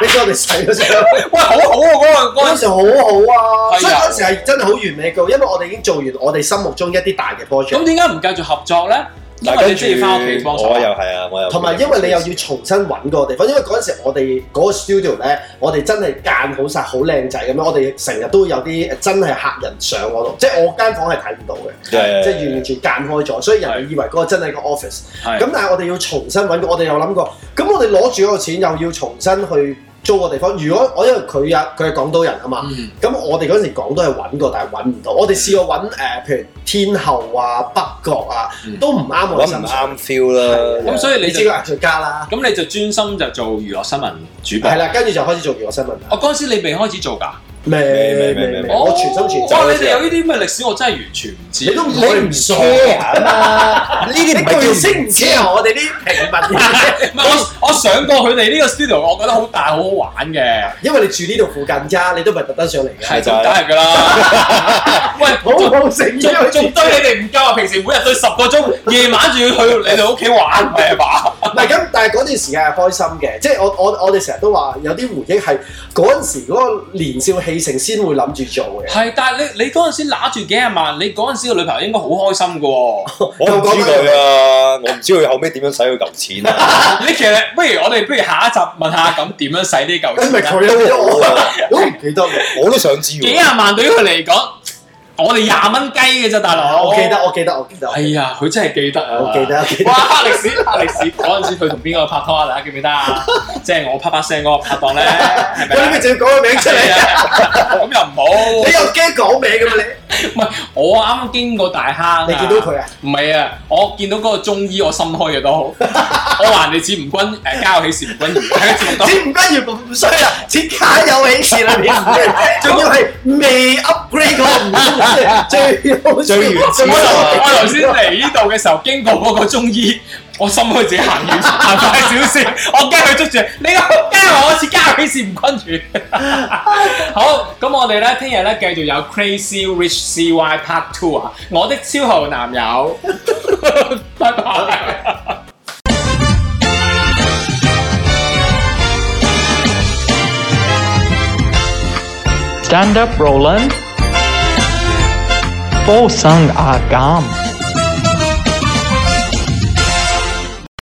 Speaker 4: 你知我哋細嗰陣，
Speaker 2: 喂，好好喎嗰 *laughs* 個嗰
Speaker 4: 嗰
Speaker 2: 陣
Speaker 4: 陣
Speaker 2: 時
Speaker 4: 時好好
Speaker 2: 係啊
Speaker 4: 啊，所以嗰陣時係真係好完美嘅，因為我哋已經做完我哋心目中一啲大嘅 project，
Speaker 2: 咁點解唔繼續合作咧？因
Speaker 3: 但
Speaker 2: 為
Speaker 3: 跟
Speaker 2: 你
Speaker 3: 住
Speaker 2: 中意翻屋企幫手
Speaker 3: 我又
Speaker 2: 啊。
Speaker 3: 係啊，我又
Speaker 4: 同埋因為你又要重新揾個地方，因為嗰陣時我哋嗰個 studio 咧，我哋真係間好晒，好靚仔咁樣，我哋成日都有啲呃真係客人上嗰度，即係我間房係睇唔到嘅，
Speaker 3: 誒
Speaker 4: 即係完全間開咗，所以人哋以為嗰個真係個 office。
Speaker 2: 係
Speaker 4: 咁但係我哋要重新揾個，我哋有諗過，咁我哋攞住嗰個錢又要重新去租個地方。如果我因為佢啊，佢係廣東人啊嘛，
Speaker 2: 嗯
Speaker 4: 咁我哋嗰陣時廣都係揾過，但係揾唔到。我哋試過揾誒、呃譬如天后啊、北角啊
Speaker 2: 嗯，
Speaker 4: 都唔啱我哋
Speaker 3: 揾
Speaker 4: 心
Speaker 3: 唔
Speaker 4: 水。
Speaker 3: 啱 feel 啦。
Speaker 2: 咁所以你
Speaker 4: 你
Speaker 2: 就
Speaker 4: 知個藝術家啦，
Speaker 2: 咁你就專心就做娛樂新聞主播
Speaker 4: 係。啦，跟住就開始做娛樂新聞啦。
Speaker 2: 我嗰陣時你未開始做㗎，哦
Speaker 4: 未
Speaker 3: 未
Speaker 4: 未
Speaker 3: 未
Speaker 4: 未
Speaker 3: 未
Speaker 4: 未，我全心全
Speaker 2: 哇！
Speaker 4: 意。
Speaker 2: 你哋有呢啲咁嘅歷史，我真係完全唔知。
Speaker 4: 你都唔
Speaker 3: 你唔 care 啊
Speaker 4: *laughs*
Speaker 3: 嘛？呢啲唔係叫
Speaker 4: 巨星唔知啊！我哋啲平民嘅，
Speaker 2: 唔係我我上過佢哋呢個 studio，我覺得好大好好玩嘅，
Speaker 4: *laughs* 因為你住呢度附近咋，你都唔係特登上嚟嘅。
Speaker 2: 係咁梗係㗎啦。喂，
Speaker 4: 好好
Speaker 2: *laughs*
Speaker 4: 誠意
Speaker 2: *laughs* 仲
Speaker 4: 啊，
Speaker 2: 仲對你哋唔夠啊！平時每日對十個鐘，夜晚仲要 *laughs* 去你哋屋企玩，唔係嘛？
Speaker 4: 唔係咁，但係嗰段時間係開心嘅，即係我我我哋成日都話有啲回憶係嗰陣時嗰個年少氣盛先會諗住做嘅。
Speaker 2: 係，但係你你嗰陣時揦住幾廿萬，你嗰陣時個女朋友應該好開心㗎喎。
Speaker 3: 我唔知佢啊，我唔知佢後尾點樣使佢嚿錢
Speaker 2: *laughs* *laughs*
Speaker 3: 啊。
Speaker 2: 你其實不如我哋不如下一集問下咁點樣使呢嚿
Speaker 4: *laughs* 咁咪
Speaker 2: 錢啊？
Speaker 4: 佢咯，因為我我唔記得喎。
Speaker 3: 我都想知
Speaker 2: 幾
Speaker 3: 喎。
Speaker 2: 廿萬對於佢嚟講，我哋廿蚊雞嘅啫，大佬。
Speaker 4: 我記得，我記得，我記得，
Speaker 2: 哎呀，佢真係記得啊！
Speaker 4: 我記得，我記得。
Speaker 2: 哇！黑歷史，黑歷史嗰陣時佢同邊個拍拖啊？大家記唔記得
Speaker 4: *laughs*
Speaker 2: 啊？即係我啪啪聲嗰個拍檔咧，係
Speaker 4: 喂，你咪
Speaker 2: 咪啊？
Speaker 4: 仲要講個名出嚟啊？
Speaker 2: 咁又唔
Speaker 4: 你
Speaker 2: 好。
Speaker 4: 又驚講名㗎嘛？你
Speaker 2: 我啱啱經過大坑啊，
Speaker 4: 你見到佢啊？
Speaker 2: 唔係啊，我見到嗰個中醫，我心開嘅都好。
Speaker 4: *laughs*
Speaker 2: 我話你似吳君誒，家有喜事吳君如喺個節目
Speaker 4: *laughs*
Speaker 2: 度。
Speaker 4: 錢唔關原本唔衰啦，錢卡有喜事啦，你唔知仲要係未 upgrade 嗰個唔知最好笑
Speaker 3: 最原始
Speaker 2: 我頭我頭先嚟呢度嘅時候，經過嗰個中醫，我心開自己行
Speaker 4: *laughs*
Speaker 2: 遠行快少少，我驚佢捉住你個仆街話我似家有喜事吳君
Speaker 4: *laughs*
Speaker 2: 如。好，咁我哋咧聽日咧繼續有 Crazy Rich CY Part Two 啊，我的超豪男
Speaker 4: *laughs*
Speaker 2: 友， *laughs* 拜拜。
Speaker 1: Stand up, Roland. Fosang agam.